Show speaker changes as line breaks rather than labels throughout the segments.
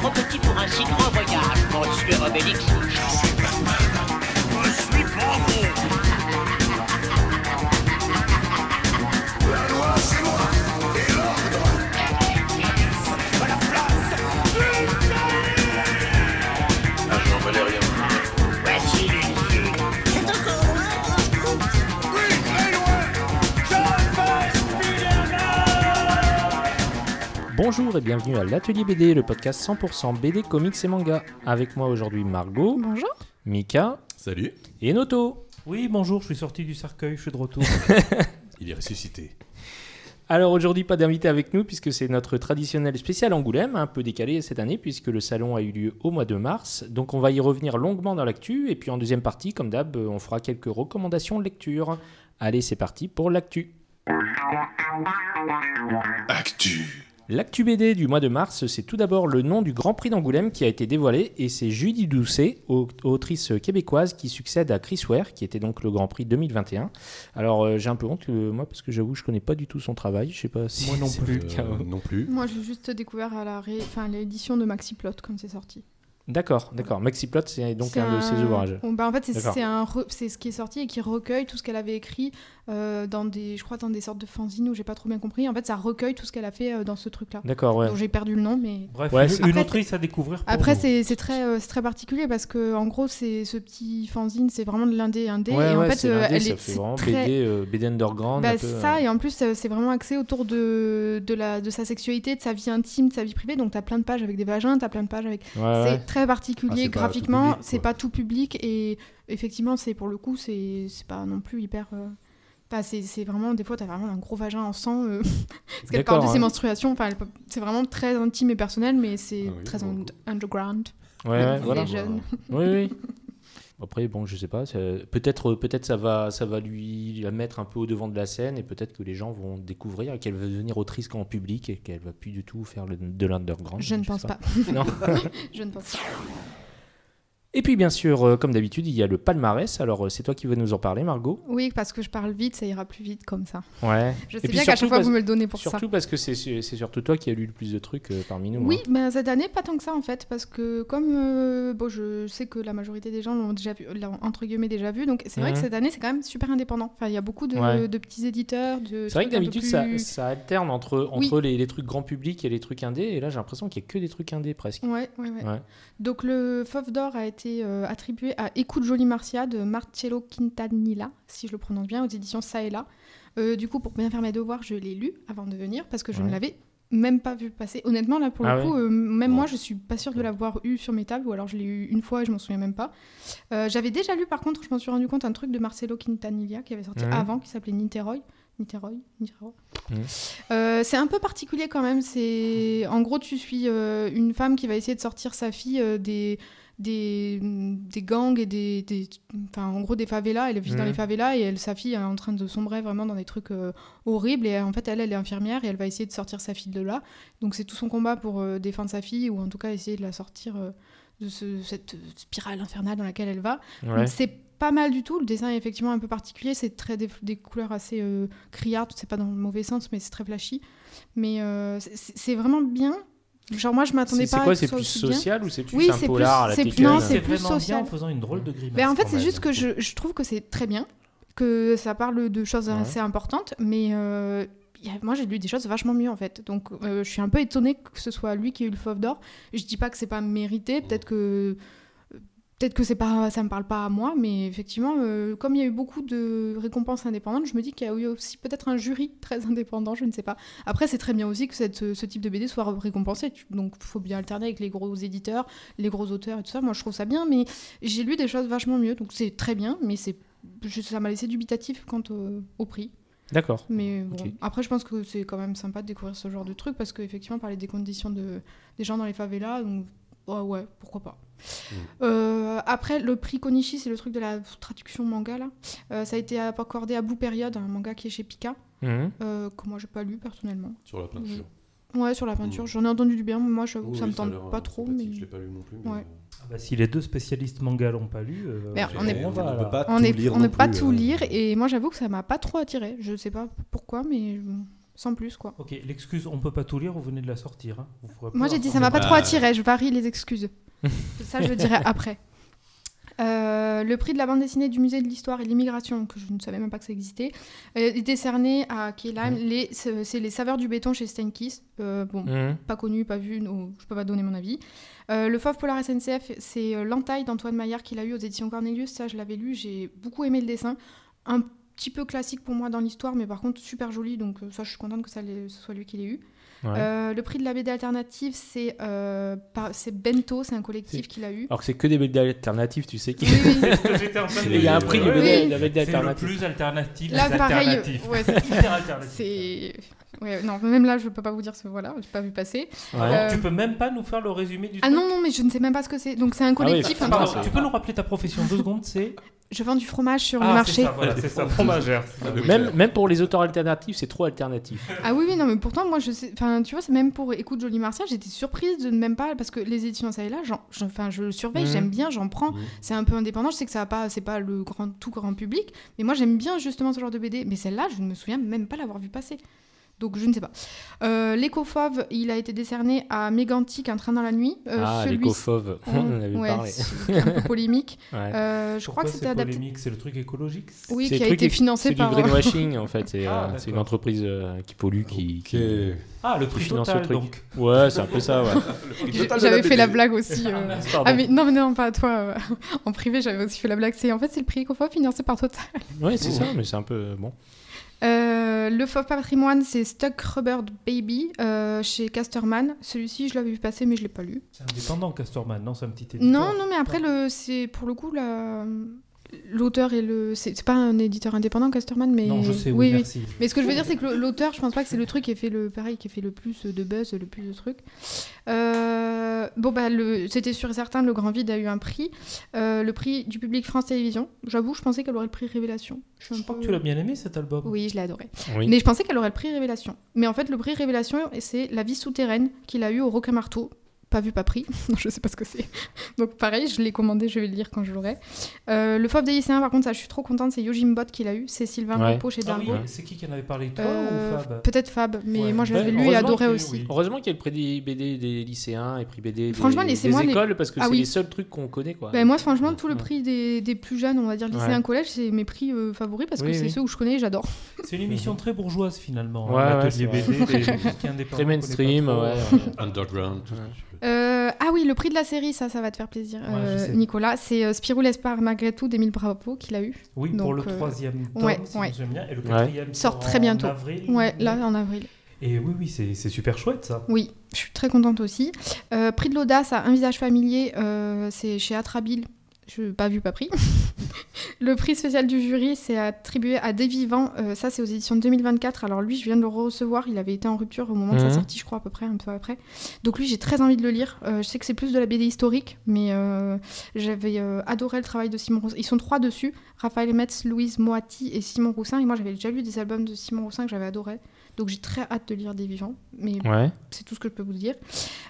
pour un si grand voyage, monsieur Obélix.
Je suis Flambeau. La loi, c'est moi. Et l'ordre. À la place.
Ah, j'en valais rien.
Voici l'usine.
C'est encore loin. Oui, très loin. J'en fais Spider-Man.
Bonjour et bienvenue à l'Atelier BD, le podcast 100% BD, comics et manga. Avec moi aujourd'hui Margot,
Bonjour.
Mika
Salut,
et Noto.
Oui, bonjour, je suis sorti du cercueil, je suis de retour.
il est ressuscité.
Alors aujourd'hui pas d'invité avec nous puisque c'est notre traditionnel spécial Angoulême, un peu décalé cette année puisque le salon a eu lieu au mois de mars. Donc on va y revenir longuement dans l'actu et puis en deuxième partie, comme d'hab, on fera quelques recommandations lecture. Allez, c'est parti pour l'actu.
Actu.
L'actu BD du mois de mars, c'est tout d'abord le nom du Grand Prix d'Angoulême qui a été dévoilé et c'est Judy Doucet, au- autrice québécoise qui succède à Chris Ware qui était donc le Grand Prix 2021. Alors euh, j'ai un peu honte euh, moi parce que j'avoue je connais pas du tout son travail, je sais pas si
Moi non
c'est
plus.
le cas.
Euh, non plus.
Moi, j'ai juste découvert à la ré- enfin, l'édition de Maxi Plot quand c'est sorti.
D'accord, d'accord. Maxiplot c'est donc
C'est
un de ses ouvrages.
Bon, bah, en fait, c'est-
D'accord.
c'est un re- c'est ce qui est sorti et qui recueille tout ce qu'elle avait écrit euh, dans des, je crois, dans des sortes de fanzines où j'ai pas trop bien compris. En fait, ça recueille tout ce qu'elle a fait euh, dans ce truc-là.
D'accord, ouais. Oh.
Dont j'ai perdu le nom, mais
Bref,
Ouais,
une-
c'est-
une,
Après,
autrice à découvrir. Pour
Après,
nous.
c'est c'est très, euh, c'est très particulier parce que, en gros, c'est ce petit fanzine, c'est vraiment de l'indé, indé.
Ouais,
et en
ouais,
fait,
c'est
euh,
l'indé,
elle
ça
est
fait
c'est
vraiment
très.
BD, euh, BD underground.
Bah,
un peu,
ça,
euh.
et en plus, euh, c'est vraiment axé autour de, de, la, de sa sexualité, de sa vie intime, de sa vie privée. Donc, t'as plein de pages avec des vagins, t'as plein de pages avec.
Ouais,
c'est
ouais.
très
Ah,
particulier
c'est pas tout
graphiquement,
public,
c'est
quoi.
pas tout public et effectivement, c'est pour le coup, c'est c'est pas non plus hyper. euh, enfin, c'est c'est vraiment, des fois, t'as vraiment un gros vagin en sang. euh, parce qu'elle parle de
D'accord,
ses
hein.
menstruations, enfin, elle peut- c'est vraiment très intime et personnel, mais c'est
Ah oui,
très
bon,
un-
cool.
underground.
Ah,
Ouais, ouais,
Il
voilà.
est jeune.
Oui, oui. Après, bon, je sais pas. ça- Peut-être, peut-être, ça va, ça va lui la mettre un peu au devant de la scène, et peut-être que les gens vont découvrir et qu'elle va devenir autrice en public et qu'elle va plus du tout faire le- de l'underground.
Je ne
sais
pense pas.
Non.
Je ne pense pas.
Et puis, bien sûr, euh, comme d'habitude, il y a le palmarès. Alors, euh, c'est toi qui vas nous en parler, Margot.
Oui, parce que je parle vite, ça ira plus vite comme ça.
Ouais.
Je
Et
sais
puis
bien qu'à
surtout
chaque fois,
parce-
vous me le donnez pour ça.
surtout parce que c'est, c'est surtout toi qui as lu le plus de trucs euh, parmi nous.
Oui,
hein.
ben, cette année, pas tant que ça en fait, parce que comme euh, bon, je sais que la majorité des gens l'ont déjà vu, l'ont entre guillemets déjà vu, donc c'est vrai que
Mhm.
cette année c'est quand même super indépendant. Enfin, il y a beaucoup de,
Ouais.
de petits éditeurs, de.
C'est vrai que
trucs un peu
d'habitude,
plus-
ça, ça alterne entre, entre les, les trucs grand public et les trucs indés. Et là, j'ai l'impression qu'il n'y a que des trucs indés presque.
Ouais, ouais, ouais.
Ouais.
Donc le Fauve d'or a été euh, attribué à Écoute Jolie Marcia de Marcello Quintanilla, si je le prononce bien, aux éditions Ça et là. Euh, du coup, pour bien faire mes devoirs, je l'ai lu avant de venir parce que je
Ouais.
ne l'avais même pas vu passer. Honnêtement, là pour
Ah
le
ouais
coup, euh, même
Bon.
moi, je suis pas sûre de l'avoir eu sur mes tables ou alors je l'ai eu une fois et je m'en souviens même pas. Euh, J'avais déjà lu par contre, je m'en suis rendu compte, un truc de Marcello Quintanilla qui avait sorti
Mhm.
avant qui s'appelait Niterói. Niterói, Niterói.
Mhm.
Euh, c'est un peu particulier quand même. C'est en gros, tu suis euh, une femme qui va essayer de sortir sa fille euh, des des, des gangs et des, des- enfin en gros des favelas. Elle vit dans
Mhm.
les favelas et elle, sa fille est en train de sombrer vraiment dans des trucs euh, horribles. Et en fait, elle, elle est infirmière et elle va essayer de sortir sa fille de là. Donc c'est tout son combat pour euh, défendre sa fille ou en tout cas essayer de la sortir euh, de ce- cette euh, spirale infernale dans laquelle elle va.
Ouais.
Donc, C'est pas mal du tout. Le dessin est effectivement un peu particulier. C'est très des, des couleurs assez euh, criardes. C'est pas dans le mauvais sens, mais c'est très flashy. Mais euh, c'est- c'est c'est vraiment bien. Genre moi, je m'attendais
C'est
pas.
c'est
à
quoi
que ce
C'est
soit
plus
aussi bien.
social ou c'est plus
Oui,
un
c'est
polar
plus-
à la
c'est-
Tekken,
non,
euh,
c'est plus
vraiment
social.
bien en faisant une drôle de grimace.
Mais Ben, en fait,
quand
c'est
même.
juste que je, je trouve que c'est très bien, que ça parle de choses
Ouais.
assez importantes, mais euh, il y a- moi j'ai lu des choses vachement mieux en fait. Donc euh, je suis un peu étonnée que ce soit lui qui ait eu le fauve d'or. Je dis pas que c'est pas mérité, peut-être que peut-être que c'est pas ça me parle pas à moi, mais effectivement, euh, comme il y a eu beaucoup de récompenses indépendantes, je me dis qu'il y a eu aussi peut-être un jury très indépendant, je ne sais pas. Après, c'est très bien aussi que cette, ce type de BD soit récompensé, tu- donc faut bien alterner avec les gros éditeurs, les gros auteurs et tout ça. Moi, je trouve ça bien, mais j'ai lu des choses vachement mieux, donc c'est très bien, mais c'est je- ça m'a laissé dubitatif quant au, au prix.
D'accord.
Mais
Mmh,
bon,
Ok.
après, je pense que c'est quand même sympa de découvrir ce genre de truc parce qu'effectivement, parler des conditions de, des gens dans les favelas, donc ouais, ouais, pourquoi pas.
Mmh.
Euh, après, le prix Konishi, c'est le truc de la traduction manga là. Euh, ça a été accordé à Bout Période, un manga qui est chez Pika,
Mhm.
euh, que moi j'ai pas lu personnellement.
Sur la peinture.
Ouais, sur la peinture,
Mm.
j'en ai entendu du bien, mais moi j'avoue,
Oui,
ça me
a l'air,
tente
euh,
pas trop, mais.
sympathique. Je l'ai pas lu non plus. Mais
Ouais.
Ah bah, si les deux spécialistes manga l'ont pas lu, euh,
Merde, on est-
on va,
ne
là.
peut pas
on
tout
est-
lire
on ne
euh.
non
peut pas
plus,
tout
hein.
lire et moi j'avoue que ça m'a pas trop attiré je sais pas pourquoi mais sans plus quoi.
Ok, l'excuse, on peut pas tout lire, vous venez de la sortir. hein. Vous pourrez
Moi
pas-
j'ai dit
on
ça m'a
est
pas trop attiré, je varie les excuses. ça je le dirai après. Euh, le prix de la bande dessinée du musée de l'histoire et de l'immigration, que je ne savais même pas que ça existait, euh, est décerné à Kehlheim. Les- C'est c'est les saveurs du béton chez Steinkiss. Euh, bon,
Mhm.
pas connu, pas vu, non, je peux pas donner mon avis. Euh, le fauve polar SNCF, c'est euh, l'entaille d'Antoine Maillard qu'il a eu aux éditions Cornelius. Ça, je l'avais lu, j'ai beaucoup aimé le dessin. Un petit peu classique pour moi dans l'histoire, mais par contre super joli, donc euh, ça, je suis contente que ça l'ait- ce soit lui qui l'ait eu.
Ouais.
Euh, le prix de la BD alternative, c'est euh, par- c'est Bento, c'est un collectif
C'est- Ah.
qu'il a eu.
Alors que c'est que des BD alternatives, tu sais. qui-
Oui, oui.
C'est ce que j'étais en train de
Il y a un
dire.
prix de
Ouais.
Oui.
BD, la BD
C'est le
alternative.
plus alternatif.
Là,
des
pareil,
alternatifs.
ouais, c'est-
Hyper alternatif.
c'est... Ouais, non, même là, je peux pas vous dire ce voilà, j'ai pas vu passer.
Ouais.
Ah Tu
Euh,
peux même pas nous faire le résumé du
Ah
truc
non, non, mais je ne sais même pas ce que c'est. Donc c'est un
oui,
collectif. un
pardon.
truc-
Pardon, tu peux nous rappeler ta profession deux secondes, c'est
Je vends du fromage sur
Ah,
le
c'est
marché.
ça, voilà, c'est ça, fromagère.
Même, même pour les auteurs alternatifs, c'est trop alternatif.
Ah oui, oui, non, mais pourtant, moi, je sais. Enfin, tu vois, c'est même pour Écoute Jolie Martial, j'étais surprise de ne même pas. Parce que les étudiants, ça et là, j'en- j'en- enfin, je le surveille,
Mhm.
j'aime bien, j'en prends.
Mhm.
C'est un peu indépendant, je sais que ça va pas, c'est pas le grand, tout grand public. Mais moi, j'aime bien justement ce genre de BD. Mais celle-là, je ne me souviens même pas l'avoir vue passer. Donc, je ne sais pas. Euh, L'écofauve, il a été décerné à Mégantic, un train dans la nuit. Euh,
ah,
celui-
l'écofauve, on en avait
Ouais,
parlé.
c'est un peu polémique.
Ouais.
Euh, je crois que c'était adapté.
C'est le truc écologique c'est-
Oui,
C'est
qui
le
a
truc
été
qui-
financé
C'est du
par. euh,
greenwashing en fait. C'est
Ah,
euh,
d'accord.
c'est une entreprise euh, qui pollue, qui.
Ok.
qui-
Ah, le
qui
prix
finance
total,
le truc.
donc.
Ouais, c'est un peu ça, ouais.
J'avais fait la blague aussi. euh,
Pardon.
Ah mais non mais non pas à toi euh, en privé j'avais aussi fait la blague c'est en fait c'est le prix Ecofop financé par Total.
Ouais, c'est ça, mais c'est un peu. euh, Bon.
Euh, le faux patrimoine c'est Stuck Rubber Baby euh, chez Casterman. Celui-ci je l'avais vu passer mais je l'ai pas lu.
C'est indépendant, Castorman, non C'est un petit éditeur.
Non non mais après le c'est pour le coup la- l'auteur et le c'est c'est pas un éditeur indépendant Casterman mais
Non, je sais,
oui,
oui, merci.
Mais ce que je veux dire, c'est que le- l'auteur, je pense pas que c'est le truc qui a fait le pareil, qui a fait le plus de buzz, le plus de trucs. Euh, bon bah, le- c'était sûr et certain, le Grand Vide a eu un prix, Euh, le prix du public France Télévisions. J'avoue, je pensais qu'elle aurait le prix Révélation. suis un
Je crois
peu-
que tu l'as bien aimé, cet album.
Oui, je l'ai adoré.
Oui.
Mais je pensais qu'elle aurait le prix Révélation. Mais en fait, le prix Révélation, c'est la vie souterraine qu'il a eu au Roquin Marteau. Pas vu, pas pris. je sais pas ce que c'est. Donc pareil, je l'ai commandé, je vais le lire quand je l'aurai. Euh, le fauve des lycéens, par contre, ça, je suis trop contente, c'est Yojim Bot qui l'a eu. C'est Sylvain
Ouais.
Rampot chez
Ah
Dargo.
oui,
Ouais.
c'est qui qui en avait parlé, toi
Euh,
ou Fab
Peut-être Fab, mais
Ouais.
moi je l'avais
Ouais,
lu et
heureusement
adoré
qu'il-
aussi.
oui.
Heureusement qu'il y a le prix des BD des lycéens et prix BD des,
Franchement,
des
laissez-moi les-
écoles parce que
Ah
c'est
oui.
les seuls trucs qu'on connaît quoi.
Ben, moi, franchement, tout le
Ouais.
prix des, des plus jeunes, on va dire lycéen, collège, c'est mes prix euh, favoris parce que
Oui,
c'est
oui.
ceux où je connais et j'adore.
C'est une émission très bourgeoise, finalement.
Ouais,
hein,
ouais,
l'atelier
c'est
BD, des musiques indépendantes,
Très
on connaît
mainstream,
pas trop.
ouais.
Underground, tout ce que tu veux.
Euh, ah oui, le prix de la série, ça, ça va te faire plaisir,
Ouais,
euh,
je sais.
Nicolas. C'est euh, Spirou l'Espar, malgré tout, d'Emile Bravo qu'il a eu.
Oui,
Donc,
pour le
euh,
troisième tome,
ouais,
si
ouais.
je me souviens bien, et le
Ouais.
quatrième
Sort
sort
très
en
bientôt.
avril.
Ouais, là, en avril.
Et oui, oui, c'est c'est super chouette, ça.
Oui, je suis très contente aussi. Euh, prix de l'audace à un visage familier, euh, c'est chez Atrabile. Je pas vu, pas pris. le prix spécial du jury, c'est attribué à Des Vivants. Euh, ça, c'est aux éditions de 2024. Alors lui, je viens de le recevoir. Il avait été en rupture au moment de sa
Mhm.
sortie, je crois, à peu près, un peu après. Donc lui, j'ai très envie de le lire. Euh, je sais que c'est plus de la BD historique, mais euh, j'avais euh, adoré le travail de Simon Roussin. Ils sont trois dessus. Raphaël Metz, Louise Moati et Simon Roussin. Et moi, j'avais déjà lu des albums de Simon Roussin que j'avais adoré. Donc j'ai très hâte de lire Des Vivants. Mais
Ouais.
c'est tout ce que je peux vous dire.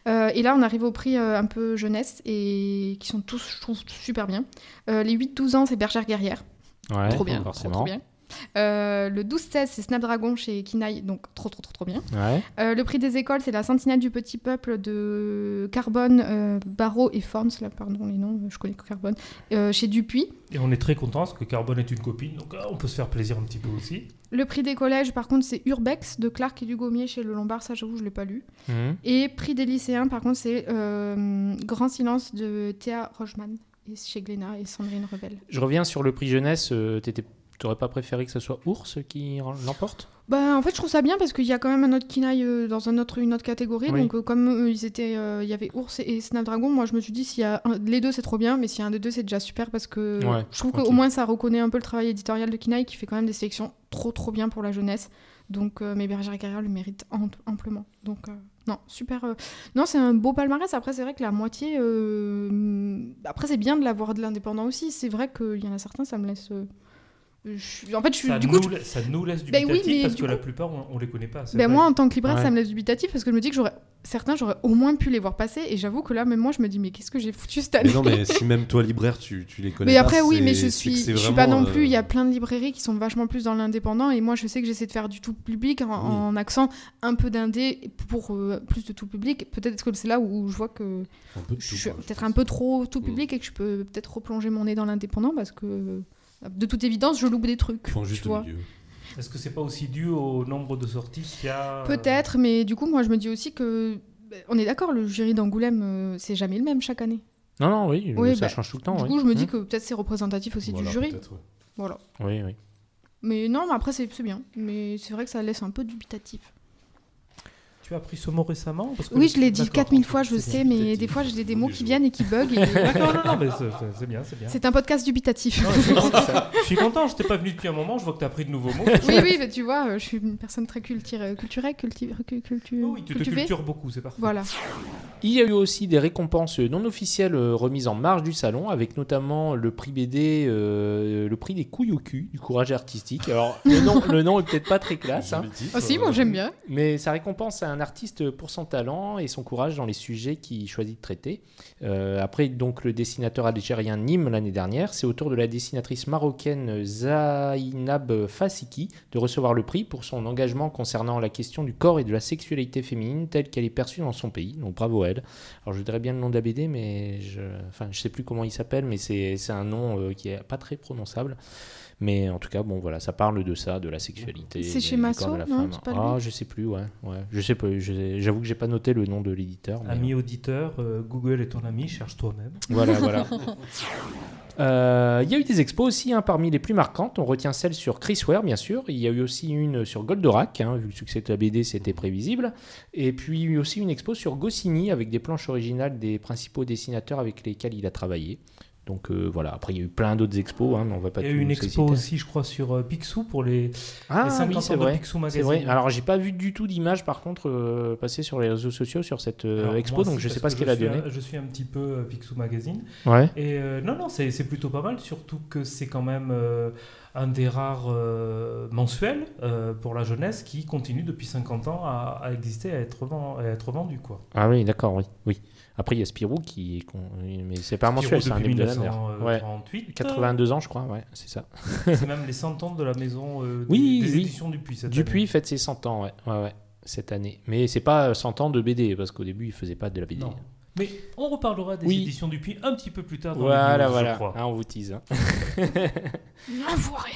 Euh, et là, on arrive au prix euh, un peu jeunesse et qui sont tous, je trouve, super bien. Euh, les 8-12 ans, c'est Bergère Guerrière.
Ouais,
trop bien, trop,
forcément.
trop bien. Euh, le 12-16, c'est Snapdragon chez Kinaï, donc trop, trop, trop, trop bien.
Ouais.
Euh, le prix des écoles, c'est la Sentinelle du Petit Peuple de Carbone, euh, Barreau et Forms, là, pardon les noms, je connais que Carbone, euh, chez Dupuis.
Et on est très contents parce que Carbone est une copine, donc ah, on peut se faire plaisir un petit peu aussi.
Le prix des collèges, par contre, c'est Urbex de Clark et du Gommier chez Le Lombard, ça, j'avoue, je l'ai pas lu.
Mhm.
Et prix des lycéens, par contre, c'est euh, Grand Silence de Théa Rochman et chez Glénat et Sandrine Revel.
Je reviens sur le prix jeunesse. euh, t'étais- T'aurais pas préféré que ce soit Ours qui ren- l'emporte
Bah, en fait, je trouve ça bien parce qu'il y a quand même un autre Kinaï euh, dans un autre, une autre catégorie.
Oui.
Donc, euh, comme euh, ils étaient, euh, il y avait Ours et, et Snapdragon, moi je me suis dit, s'il y a un- les deux, c'est trop bien, mais s'il y a un des deux, c'est déjà super parce que
Ouais,
je trouve
ok.
qu'au moins ça reconnaît un peu le travail éditorial de Kinaï qui fait quand même des sélections trop trop bien pour la jeunesse. Donc, euh, mais Bergère et Carrière le mérite am- amplement. Donc, euh, non, super. euh, Non, c'est un beau palmarès. Après, c'est vrai que la moitié. euh, Après, c'est bien de l'avoir de l'indépendant aussi. C'est vrai qu'il y en a certains, ça me laisse. euh, je suis- en fait, je suis-
ça,
du coup,
nous,
je-
la- ça nous laisse
Ben oui,
dubitatif
mais
parce
du
que la
coup-
plupart, on, on les connaît pas. c'est
ben
vrai.
moi, en tant que libraire,
Ouais.
ça me laisse dubitatif parce que je me dis que j'aurais certains, j'aurais au moins pu les voir passer. Et j'avoue que là, même moi, je me dis, mais qu'est-ce que j'ai foutu cette année
Mais non, mais si même toi, libraire, tu, tu les connais
Mais
pas,
après, oui,
c'est-
mais je
c'est que
suis,
c'est
je suis pas
vraiment,
non plus. Il y a
euh,
plein de librairies qui sont vachement plus dans l'indépendant, et moi, je sais que j'essaie de faire du tout public en, en accent un peu d'indé pour euh, plus de tout public. Peut-être que c'est là où je vois que
un peu de
je
tout, Mm.
suis
quoi.
peut-être un peu trop tout public et que je peux peut-être replonger mon nez dans l'indépendant parce que, euh, de toute évidence, je loupe des trucs.
Enfin,
tu
juste au
vois.
milieu.
Est-ce que c'est pas aussi dû au nombre de sorties qu'il y a euh,
Peut-être, mais du coup, moi, je me dis aussi que. ben, On est d'accord, le jury d'Angoulême, euh, c'est jamais le même chaque année.
Non, non, oui,
Oui,
ça
bah,
change tout le temps.
du
oui.
coup, je me dis
Mmh.
que peut-être c'est représentatif aussi
Voilà,
du jury.
peut-être, ouais.
Voilà.
Oui, oui.
Mais non, mais après, c'est c'est bien. Mais c'est vrai que ça laisse un peu dubitatif.
Tu as appris ce mot récemment Parce que-
Oui, je l'ai dit
D'accord.
4000 fois, je
C'est
sais,
bien.
mais des fois, j'ai des mots
du
qui
jour.
viennent et qui bug. et-
D'accord, non, non, mais c'est- c'est- c'est bien, c'est bien.
C'est un podcast dubitatif.
Non, je, suis content, je suis content, je t'ai pas venu depuis un moment, je vois que t'as appris de nouveaux mots. Ah
oui, oui, mais tu vois, euh, je suis une personne très culturée, culturée, culti- cu- cultu-
Oh oui, tu te
cultivée.
cultures beaucoup, c'est parfait.
Voilà.
Il y a eu aussi des récompenses non officielles euh, remises en marge du salon, avec notamment le prix BD, euh, le prix des couilles au cul, du courage artistique. Alors, le nom, le nom est peut-être pas très classe, hein,
Joli titre,
Ah si,
euh,
moi j'aime bien.
mais ça récompense un artiste pour son talent et son courage dans les sujets qu'il choisit de traiter. Euh, après, donc, le dessinateur algérien Nîmes l'année dernière, c'est au tour de la dessinatrice marocaine Zainab Fasiki de recevoir le prix pour son engagement concernant la question du corps et de la sexualité féminine telle qu'elle est perçue dans son pays. Donc, bravo à elle. Alors, je voudrais bien le nom de la BD, mais je enfin, je sais plus comment il s'appelle, mais c'est c'est un nom euh, qui est pas très prononçable. Mais en tout cas, bon, voilà, ça parle de ça, de la sexualité.
C'est chez
du
Masso,
corps de la
non
femme.
C'est pas lui
Ah, je sais plus, ouais. ouais. Je sais pas, je- j'avoue que j'ai pas noté le nom de l'éditeur. mais-
Ami auditeur, euh, Google est ton ami, cherche toi-même.
Voilà, voilà. Euh, Il y a eu des expos aussi, hein, parmi les plus marquantes. On retient celle sur Chris Ware, bien sûr. Il y a eu aussi une sur Goldorak, hein, vu le succès de la BD, c'était prévisible. Et puis, il y a eu aussi une expo sur Goscinny, avec des planches originales des principaux dessinateurs avec lesquels il a travaillé. Donc euh, voilà, après il y a eu plein d'autres expos, hein, mais on va pas
Il y a
tous
eu une
les
expo
citer.
aussi, je crois, sur euh, Picsou pour les, les
Ah
50
oui,
ans
c'est
de
vrai.
Picsou
C'est
Magazine.
vrai. Alors j'ai pas vu du tout d'image par contre euh, passer sur les réseaux sociaux sur cette euh,
Alors,
expo,
moi
donc
aussi,
je sais pas
parce
ce
que
qu'elle a
je suis
donné.
un- je suis un petit peu euh, Picsou Magazine.
Ouais.
Et euh, non, non, c'est c'est plutôt pas mal, surtout que c'est quand même euh, un des rares euh, mensuels euh, pour la jeunesse qui continue depuis 50 ans à, à exister, à être, vend- à être vendu. Quoi.
Ah oui, d'accord, oui, oui. Après il y a Spirou qui, est con- mais c'est pas un mensuel, c'est
Spirou
un
depuis
hebdomadaire. Ouais.
1938.
82 ans, je crois, ouais, c'est ça.
euh, C'est même les 100 ans de la maison euh, des-
Oui,
des
oui.
éditions Dupuis. Cette
Dupuis
année.
fête ses 100 ans, ouais, ouais, ouais, cette année. Mais c'est pas euh, 100 ans de BD, parce qu'au début, il faisait pas de la BD.
Non. Mais on reparlera des
Oui.
éditions Dupuis un petit peu plus tard dans les
Voilà,
news, je
voilà,
crois.
Hein, on vous tease. hein.
Enfoiré.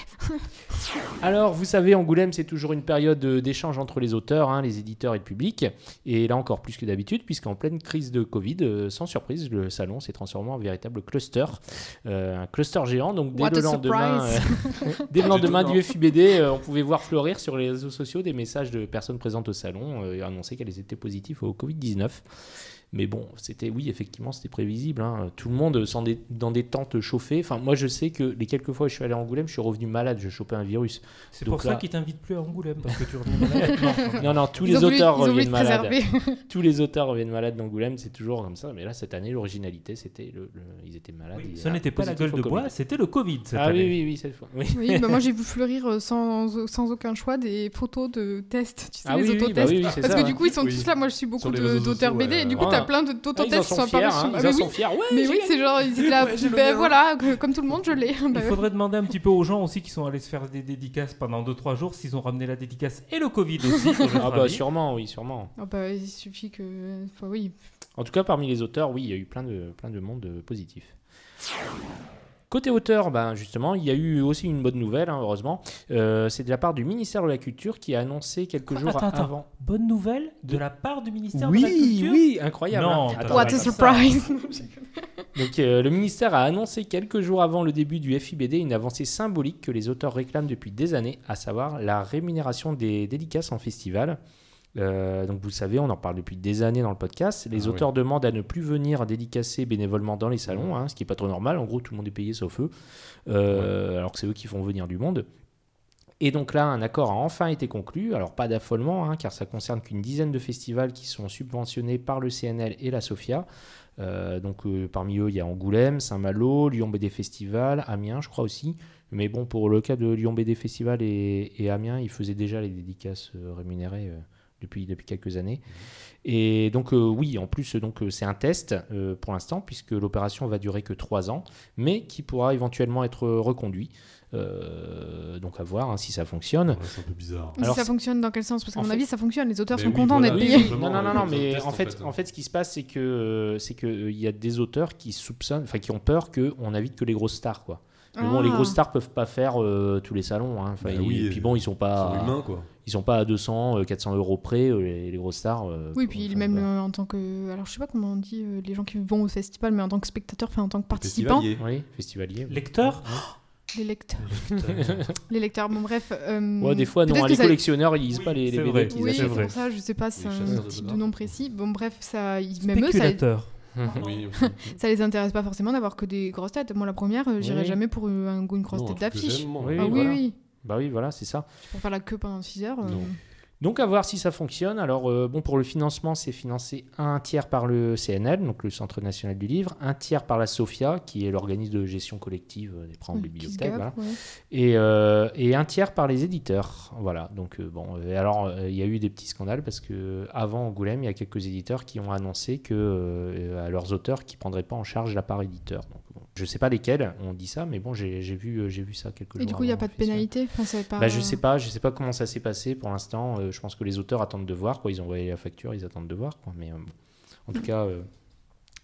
Alors, vous savez, Angoulême, c'est toujours une période euh, d'échange entre les auteurs, hein, les éditeurs et le public. Et là encore plus que d'habitude, puisqu'en pleine crise de Covid, euh, sans surprise, le salon s'est transformé en véritable cluster. Euh, un cluster géant. Donc, dès
What
le
a
lendemain, euh, dès le lendemain du FUBD, euh, on pouvait voir fleurir sur les réseaux sociaux des messages de personnes présentes au salon euh, et annoncer qu'elles étaient positives au Covid-19. Mais bon, c'était oui, effectivement, c'était prévisible. hein. Tout le monde sans des- dans des tentes chauffées. Enfin, moi, je sais que les quelques fois où je suis allé à Angoulême, je suis revenu malade, je chopais un virus.
C'est
Donc
pour
là-
ça qu'ils t'invitent plus à Angoulême, parce que tu reviens malade. Non, non,
Non, non, tous
Ils
les
ont voulu-
auteurs
ils ont voulu
reviennent
te
malades.
préserver.
Tous les auteurs reviennent malades d'Angoulême, c'est toujours comme ça. Mais là, cette année, l'originalité, c'était le, le- ils étaient malades. ah,
oui,
ils-
ce n'était pas la
positifs
gueule
au
de
Covid.
bois, c'était le Covid. cette
Ah oui,
année.
oui, oui, cette fois. Oui.
Oui, bah moi j'ai vu fleurir euh, sans, sans aucun choix des photos de tests, tu sais,
Ah
les
oui, oui,
autotests.
bah oui, oui, c'est
Parce
ça.
que
ouais.
du coup, ils sont
Oui.
tous là. Moi, je suis beaucoup
Sur les
de-
réseaux
d'auteurs
sociaux,
BD.
ouais,
et du coup,
ouais.
t'as plein de-
Ah, ils en
d'autotests qui
sont
sont
fiers.
apparus.
hein, ils
Ah,
en
mais oui,
sont fiers. Ouais,
mais
j'ai
oui,
gagné.
c'est genre, ils étaient là.
Ouais, j'ai le
ben
mien.
voilà, que- comme tout le monde, je l'ai. Bah,
Il faudrait demander un petit peu aux gens aussi qui sont allés se faire des dédicaces pendant 2-3 jours s'ils ont ramené la dédicace et le Covid aussi. à notre
Ah bah
avis.
sûrement, oui, sûrement.
Ah bah, il suffit que. Enfin, oui.
En tout cas, parmi les auteurs, oui, il y a eu plein de, plein de monde euh, positif. Côté auteur, ben justement, il y a eu aussi une bonne nouvelle, hein, heureusement. Euh, c'est de la part du ministère de la Culture qui a annoncé quelques jours
Attends, attends.
avant.
Bonne nouvelle de la part du ministère
Oui,
de la Culture.
oui, incroyable.
Non,
hein.
t'as
Attends,
pas
What
attends.
a
comme ça.
surprise
Donc, euh, le ministère a annoncé quelques jours avant le début du FIBD une avancée symbolique que les auteurs réclament depuis des années, à savoir la rémunération des dédicaces en festival. Euh, donc, vous le savez, on en parle depuis des années dans le podcast.
Ah
Les
oui.
auteurs demandent à ne plus venir dédicacer bénévolement dans les salons, hein, ce qui n'est pas trop normal. En gros, tout le monde est payé sauf eux, Euh, alors que c'est eux qui font venir du monde. Et donc là, un accord a enfin été conclu. Alors pas d'affolement, hein, car ça concerne qu'une dizaine de festivals qui sont subventionnés par le CNL et la SOFIA. Euh, donc euh, parmi eux, il y a Angoulême, Saint-Malo, Lyon BD Festival, Amiens, je crois aussi. Mais bon, pour le cas de Lyon BD Festival et, et Amiens, ils faisaient déjà les dédicaces euh, rémunérées euh, depuis, depuis quelques années. Et donc euh, oui, en plus, donc euh, c'est un test euh, pour l'instant, puisque l'opération va durer que trois ans, mais qui pourra éventuellement être reconduit. Euh, donc à voir hein, si ça fonctionne.
Ouais, c'est un peu bizarre.
Mais
Alors,
ça
c'est-
fonctionne dans quel sens Parce qu'à
en
mon
fait-
avis, ça fonctionne. Les auteurs
Mais
sont
oui,
contents
voilà,
d'être
oui,
payés.
oui.
Non,
Vraiment,
non, non,
euh,
non,
c'est un
mais
test,
en
en
fait,
fait.
en fait, ce qui se passe, c'est que euh, c'est que euh, il y a des auteurs qui soupçonnent, enfin, qui ont peur que on invite que les grosses stars, quoi. Mais bon,
Ah.
les grosses stars peuvent pas faire euh, tous les salons. Hein. Enfin,
Bah
ils-
oui,
et puis
euh,
bon, ils sont pas,
Ils sont humains, quoi.
ils sont pas à 200, euh, 400 euros près euh, les, les grosses stars. euh,
Oui,
pour-
puis
enfin,
même
voilà.
euh, en tant que. Alors, je sais pas comment on dit euh, les gens qui vont au festival, mais en tant que spectateur, enfin en tant que participant,
Festivalier.
Oui, festivalier. oui.
Lecteur
les lecteurs. les lecteurs, bon, bref. euh,
Ouais, des fois, non,
peut-être
hein,
que
les
ça-
collectionneurs, ils lisent
Oui,
pas les, les
c'est
BD
vrai.
qu'ils
Oui,
achètent.
c'est
achètent.
pour ça, je sais pas, c'est
Les
un
chasseurs de
type de
bonheur.
nom précis. Bon, bref, ça, ils- même eux, ça,
Spéculateur.
Oui, aussi.
ça les intéresse pas forcément d'avoir que des grosses têtes. Moi, la première, euh, j'irai
Oui.
jamais pour euh, un- une grosse
Non,
tête
un truc que
d'affiche.
j'aime, moi.
Oui,
Ah oui,
voilà.
oui.
Bah oui, voilà, c'est ça.
Pour faire la queue pendant 6 heures. euh,
Non.
Donc à voir si ça fonctionne. Alors euh, bon pour le financement, c'est financé un tiers par le CNL, donc le Centre national du livre, un tiers par la SOFIA, qui est l'organisme de gestion collective euh, des prêts en
Mmh, qui se
bibliothèque, voilà.
gavent, ouais.
et, euh, et un tiers par les éditeurs. Voilà. Donc euh, bon, euh, et alors euh, il y a eu des petits scandales parce que euh, avant Angoulême, il y a quelques éditeurs qui ont annoncé que euh, à leurs auteurs qui prendraient pas en charge la part éditeur. Donc, bon, je sais pas lesquels ont dit ça, mais bon j'ai j'ai vu euh, j'ai vu ça quelques
Et
jours
du coup, il n'y a
hein,
avant
pas
le
de
festival.
pénalité enfin, ça va pas...
Bah, je sais pas, je sais pas comment ça s'est passé pour l'instant. euh, je pense que les auteurs attendent de voir quoi. Ils ont envoyé la facture, ils attendent de voir quoi. Mais euh, bon. en tout cas, euh,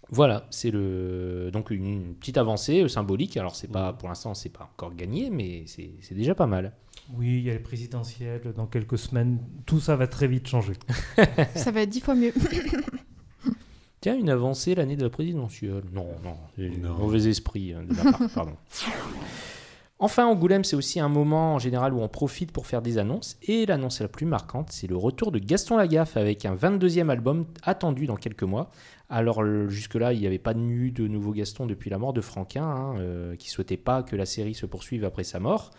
voilà, c'est le donc une petite avancée euh, symbolique. Alors c'est pas pour l'instant, c'est pas encore gagné, mais c'est c'est déjà pas mal.
Oui, il y a les présidentielles dans quelques semaines. Tout ça va très vite changer.
Ça va être 10 fois mieux.
Tiens, une avancée l'année de la présidentielle. Non, non, c'est
Non.
Mm.
mauvais esprit euh, de ma part, pardon. Enfin, Angoulême, c'est aussi un moment en général où on profite pour faire des annonces. Et l'annonce la plus marquante, c'est le retour de Gaston Lagaffe avec un 22e album attendu dans quelques mois. Alors le- jusque-là, il n'y avait pas eu de nouveau Gaston depuis la mort de Franquin, hein, euh, qui souhaitait pas que la série se poursuive après sa mort.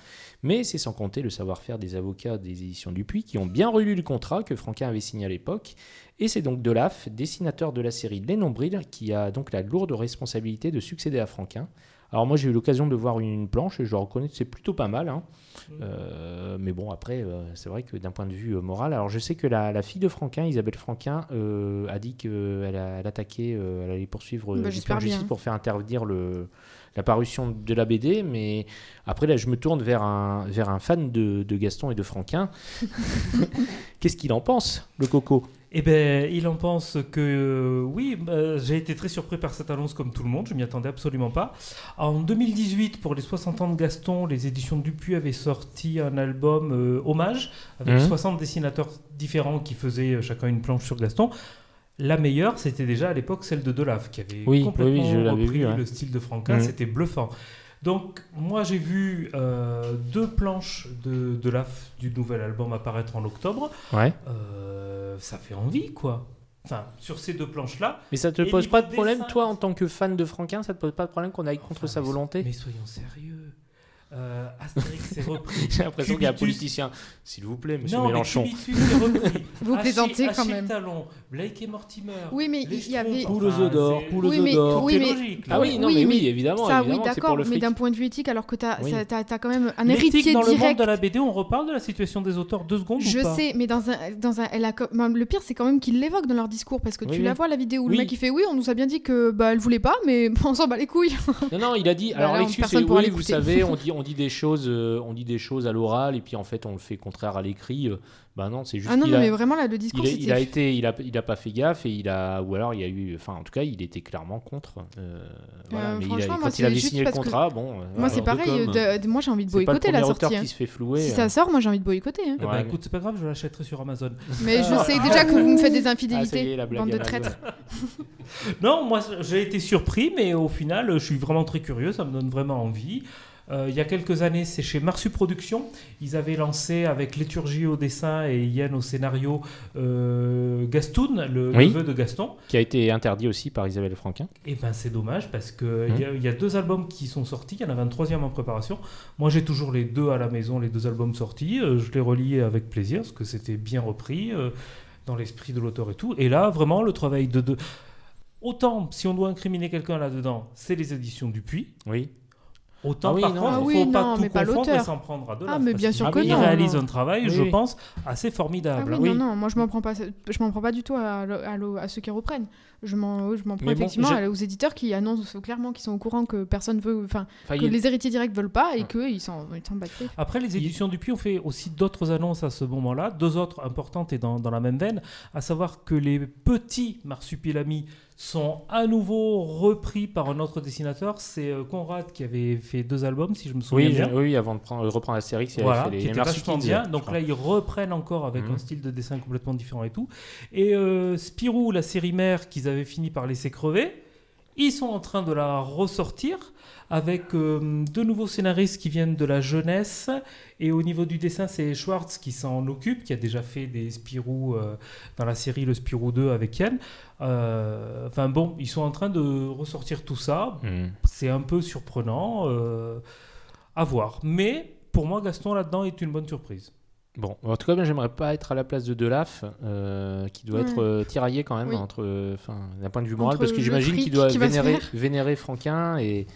Mais c'est sans compter le savoir-faire des avocats des éditions Dupuis qui ont bien relu le contrat que Franquin avait signé à l'époque et c'est donc Delaf, dessinateur de la série Les Nombrils, qui a donc la lourde responsabilité de succéder à Franquin. Alors moi j'ai eu l'occasion de voir une planche et je dois reconnaître que c'est plutôt pas mal. hein.
Mm.
Euh, mais bon après euh, c'est vrai que d'un point de vue euh, moral, alors je sais que la, la fille de Franquin, Isabelle Franquin, euh, a dit qu'elle elle attaquait, euh, elle allait poursuivre euh,
Bah,
le plan
j'espère
de justice
bien.
pour faire interdire le, la parution de la BD. Mais après là je me tourne vers un, vers un fan de, de Gaston et de Franquin. Qu'est-ce qu'il en pense, le coco
Eh ben, il en pense que euh, oui, bah, j'ai été très surpris par cette annonce comme tout le monde, je m'y attendais absolument pas. En 2018, pour les 60 ans de Gaston, les éditions Dupuis avaient sorti un album euh, hommage avec
Mhm.
60 dessinateurs différents qui faisaient euh, chacun une planche sur Gaston. La meilleure, c'était déjà à l'époque celle de Delaf, qui avait
Oui,
complètement
oui, oui, je l'avais
repris
vu, ouais.
le style de Franquin,
Mhm.
c'était bluffant. Donc, moi, j'ai vu euh, deux planches de Delaf du nouvel album apparaître en octobre.
Ouais.
Euh, ça fait envie, quoi. Enfin, sur ces deux planches-là.
Mais ça te
Et
pose
niveau
pas de problème,
dessin-
toi, en tant que fan de Franquin, ça te pose pas de problème qu'on aille contre
Enfin,
sa
mais-
volonté
Mais soyons sérieux. Euh, Astérix est repris.
J'ai l'impression qu'il y a un
Cubitus-
politicien. S'il vous plaît, monsieur
non,
Mélenchon.
mais Cubitus est repris.
Vous
Achille-
plaisantez quand
Achille
même.
Talon, Blake et Mortimer.
Oui, mais il y avait.
Poule
aux œufs d'or, poule
aux Oui, œufs mais- d'or. oui, mais-
Ah oui, non,
Oui,
mais
mais
oui, évidemment.
Ça, oui,
évidemment que c'est pour
d'accord,
le
mais
fric.
d'un point de vue éthique, alors que t'as
Oui.
ça- t'as- t'as quand même un
L'éthique
héritier
dans le monde
direct.
de la BD, on reparle de la situation des auteurs deux secondes
Je
ou pas
sais, mais dans un, dans un, elle a, co- même- le pire, c'est quand même qu'ils l'évoquent dans leur discours parce que
Oui,
tu
oui.
la vois la vidéo où
Oui.
le mec il fait oui, on nous a bien dit que bah elle voulait pas, mais on s'en bat les couilles.
Non, non, il a dit.
Bah
Alors,
là, on-
l'excuse, c'est
personne pourra
oui, vous
l'écouter.
savez, on dit, on dit des choses, euh, on dit des choses à l'oral, et puis en fait, on le fait contraire à l'écrit. euh, ben non, c'est juste
Ah non,
qu'il
non,
a-
mais vraiment là, le
il
discours,
a, il a
c'était
été, il a, il a pas fait gaffe et il a, ou alors il y a eu, enfin en tout cas il était clairement contre. euh, voilà,
Euh,
mais il a-
franchement, moi,
quand il
c'est
avait
juste
signé le
parce que-
contrat, bon. euh,
Moi,
voilà.
c'est
Alors,
pareil.
de com,
de- de- moi, j'ai envie de
euh, C'est pas le
boycotter la
premier auteur
sortie. hein.
qui se fait flouer.
Si
euh.
ça sort, moi, j'ai envie de boycotter. hein.
Eh ben,
Ouais.
écoute, c'est pas grave, je l'achèterai sur Amazon.
Mais je
Ah.
sais déjà que vous me faites des
Ah, ça y
infidélités,
est, la blague
bande
à
de
la
traîtres.
Non, moi j'ai été surpris, mais au final, je suis vraiment très curieux, ça me donne vraiment envie. Euh, il y a quelques années, c'est chez Marsu Productions. Ils avaient lancé avec Léturgie au dessin et Yann au scénario euh, Gastoun, le
Oui.
neveu de Gaston.
qui a été interdit aussi par Isabelle Franquin.
Et ben c'est dommage parce que
Mmh.
il y a- il y, a deux albums qui sont sortis, il y en avait un troisième en préparation. Moi j'ai toujours les deux à la maison, les deux albums sortis, Euh, je les relis avec plaisir parce que c'était bien repris euh, dans l'esprit de l'auteur et tout. Et là vraiment le travail de deux. Autant si on doit incriminer quelqu'un là-dedans, c'est les éditions du Puy.
Oui.
Autant
Ah oui,
par
non,
contre,
mais-
il
Ah
ne
oui,
faut
non,
pas tout
mais pas
confondre et
l'auteur.
s'en prendre à de
Ah, mais bien sûr
Ah
que
oui,
il
non.
réalise
non.
un travail,
Oui,
je
oui.
pense, assez
Ah
bah
formidable.
oui, non, non, moi je m'en prends pas, je m'en prends pas du tout à, le- à, le- à ceux qui reprennent. Je m'en, je m'en prends
Mais bon,
effectivement
je-
à- aux éditeurs qui annoncent clairement qu'ils sont au courant que personne veut, enfin
Enfin,
que
Ah, il- Ah.
les héritiers directs veulent pas et que ils s'en, ils s'en battent. les-
Après, les éditions du Puy ont fait aussi d'autres annonces à ce moment-là, deux autres importantes et dans, dans la même veine, à savoir que les petits Marsupilami sont à nouveau repris par un autre dessinateur. C'est euh, Conrad qui avait fait deux albums, si je me souviens
Oui,
bien.
je- oui, avant de prendre, reprendre Astérix, il avait
Voilà,
fait les
qui était
Marsu
vachement
Kids,
bien.
je
Donc
crois.
là, ils reprennent encore avec
Mhm.
un style de dessin complètement différent et tout. Et euh, Spirou, la série mère qu'ils avaient fini par laisser crever, ils sont en train de la ressortir avec euh, deux nouveaux scénaristes qui viennent de la jeunesse. Et au niveau du dessin, c'est Schwartz qui s'en occupe, qui a déjà fait des Spirou euh, dans la série Le Spirou 2 avec Yann. Euh, Enfin bon, ils sont en train de ressortir tout ça
Hmm.
c'est un peu surprenant euh, à voir. Mais pour moi, Gaston là-dedans est une bonne surprise.
Bon, en tout cas, moi, j'aimerais pas être à la place de Delaf, euh, qui doit
Ouais.
être euh, tiraillé quand même
Hmm. Oui.
entre, euh, enfin, d'un point de vue moral,
Entre
parce que
le
j'imagine
fric
qu'il doit
qui va se
vénérer,
faire.
vénérer Franquin et,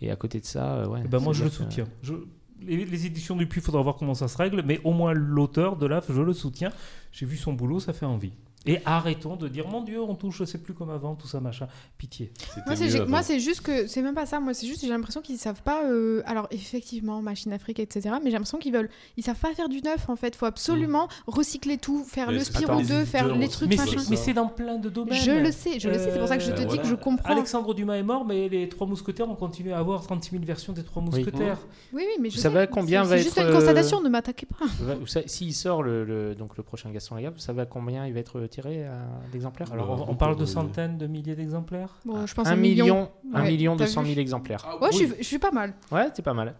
et à côté de ça, euh, ouais.
Eh ben moi, je le
c'est-à-dire que-
soutiens. Je- les, les éditions du Puy, il faudra voir comment ça se règle, mais au moins l'auteur de l'AF, je le soutiens. J'ai vu son boulot, ça fait envie. Et arrêtons de dire, mon Dieu, on touche, je sais plus comme avant, tout ça, machin. Pitié.
Moi c'est, j'ai- moi, c'est juste que c'est même pas ça. Moi, c'est juste que j'ai l'impression qu'ils savent pas. euh, alors, effectivement, machine Afrique, etc. Mais j'ai l'impression qu'ils veulent. Ils savent pas faire du neuf en fait. Faut absolument recycler tout, faire
Mais
le
c'est
Mm. pas
Spirou
les
2, faire
éditeurs,
les
on
trucs
Mais
pas
machin.
ça.
c'est mais c'est dans plein de domaines.
Je le sais, je le sais. C'est pour ça que je te
Euh,
dis que
voilà.
je comprends.
Alexandre Dumas est mort, mais les Trois Mousquetaires ont continué à avoir 36 000 versions des Trois Mousquetaires.
Oui, oui, mais je
Vous savez
sais.
combien
c'est,
va
c'est juste
être,
une
euh,
constatation. Ne m'attaquez pas.
Va- vous savez, S'il sort le, le- donc le prochain Gaston Lagaffe, vous savez à combien il va être tiré à d'exemplaires
Alors, on- on,
beaucoup,
parle de
oui.
centaines de milliers d'exemplaires.
Bon, je pense
Un
un million.
million, un
Ouais,
million
t'as
deux cent
vu.
mille exemplaires.
Ouais, je, suis, je suis pas mal.
Ah Ouais, c'est pas mal.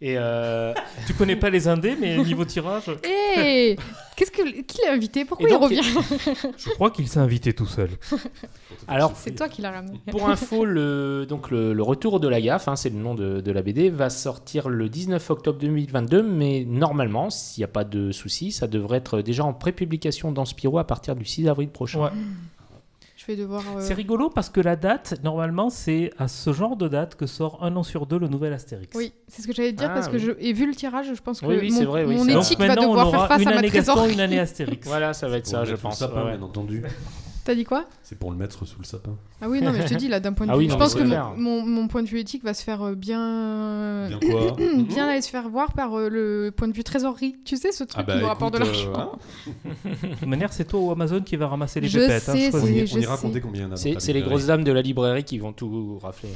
Et euh,
Tu connais pas les indés, mais niveau tirage,
Hé Qu'est-ce que qui l'a invité Pourquoi
Et
il
donc,
revient
je crois qu'il s'est invité tout seul.
alors,
C'est toi qui l'as ramené.
Pour info, le, donc le, le retour de la gaffe, hein, c'est le nom de, de la BD, va sortir le 19 octobre 2022, mais normalement, s'il n'y a pas de souci, ça devrait être déjà en prépublication dans Spirou à partir du 6 avril prochain.
Ouais.
Je vais devoir. euh,
C'est rigolo parce que la date, normalement, c'est à ce genre de date que sort un an sur deux le nouvel Astérix.
Oui, c'est ce que j'allais te dire
Ah,
parce que
oui.
je et vu le tirage, je pense que
Oui, oui, c'est
mon,
vrai, oui,
mon
c'est vrai.
éthique va
maintenant, on
devoir faire
aura
face
une
à ma
année Gaston,
trésorerie.
une année Astérix.
Voilà, ça va être ça, je pense.
Sous le sapin,
ouais.
Ah
bien entendu.
T'as dit quoi
C'est pour le mettre sous le sapin.
Ah oui, non, mais je te dis là d'un point de
Ah
vue.
oui,
je
non,
pense
mais
que
c'est
mon,
clair.
mon, mon point de vue éthique va se faire euh, bien
Bien quoi
bien aller se faire voir par euh, le point de vue trésorerie. Tu sais ce truc qui nous rapporte de
écoute, euh,
l'argent.
hein,
De toute manière, c'est toi ou Amazon qui va ramasser les
Je
pépettes. hein,
sais,
on,
choisis.
y-
je
on ira
sais.
compter combien il y en a. dans
C'est
ta
c'est les
librairie.
grosses dames de la librairie qui vont tout rafler.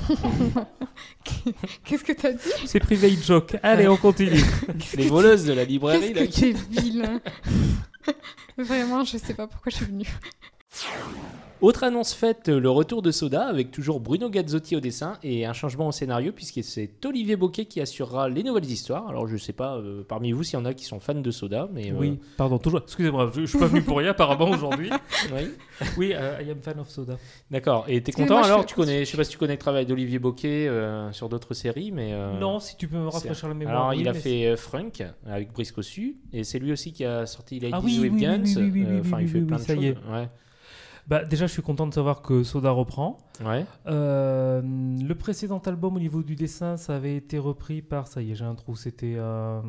Qu'est-ce que t'as dit
C'est private joke. Allez, on continue.
les voleuses de la librairie.
Qu'est-ce
là,
que
qui-
t'es vilain Vraiment, je sais pas pourquoi je suis venue.
Autre annonce faite, euh, le retour de Soda avec toujours Bruno Gazzotti au dessin et un changement au scénario puisque c'est Olivier Bocquet qui assurera les nouvelles histoires. Alors je sais pas euh, parmi vous s'il y en a qui sont fans de Soda, mais euh,
oui, pardon, toujours. Excusez-moi, je, je suis pas venu pour rien apparemment aujourd'hui.
oui.
Oui, euh, I am fan of soda.
D'accord. Et t'es
Parce que
content
moi, je
alors
fais-
Tu connais, je sais pas si tu connais le travail d'Olivier Bocquet euh, sur d'autres séries, mais euh,
Non, si tu peux me rafraîchir la mémoire.
Alors
oui,
il a
mais-
fait euh, Frank avec Brice Cossu, et c'est lui aussi qui a sorti Ladies
Ah oui,
with
oui, oui,
Guns.
oui, oui, oui,
euh, Enfin,
oui,
il fait
oui,
plein
oui,
de
ça y
choses.
est.
Ouais.
Bah, déjà, je suis content de savoir que Soda reprend.
Ouais.
Euh, le précédent album au niveau du dessin, ça avait été repris par, ça y est, j'ai un trou, c'était... euh,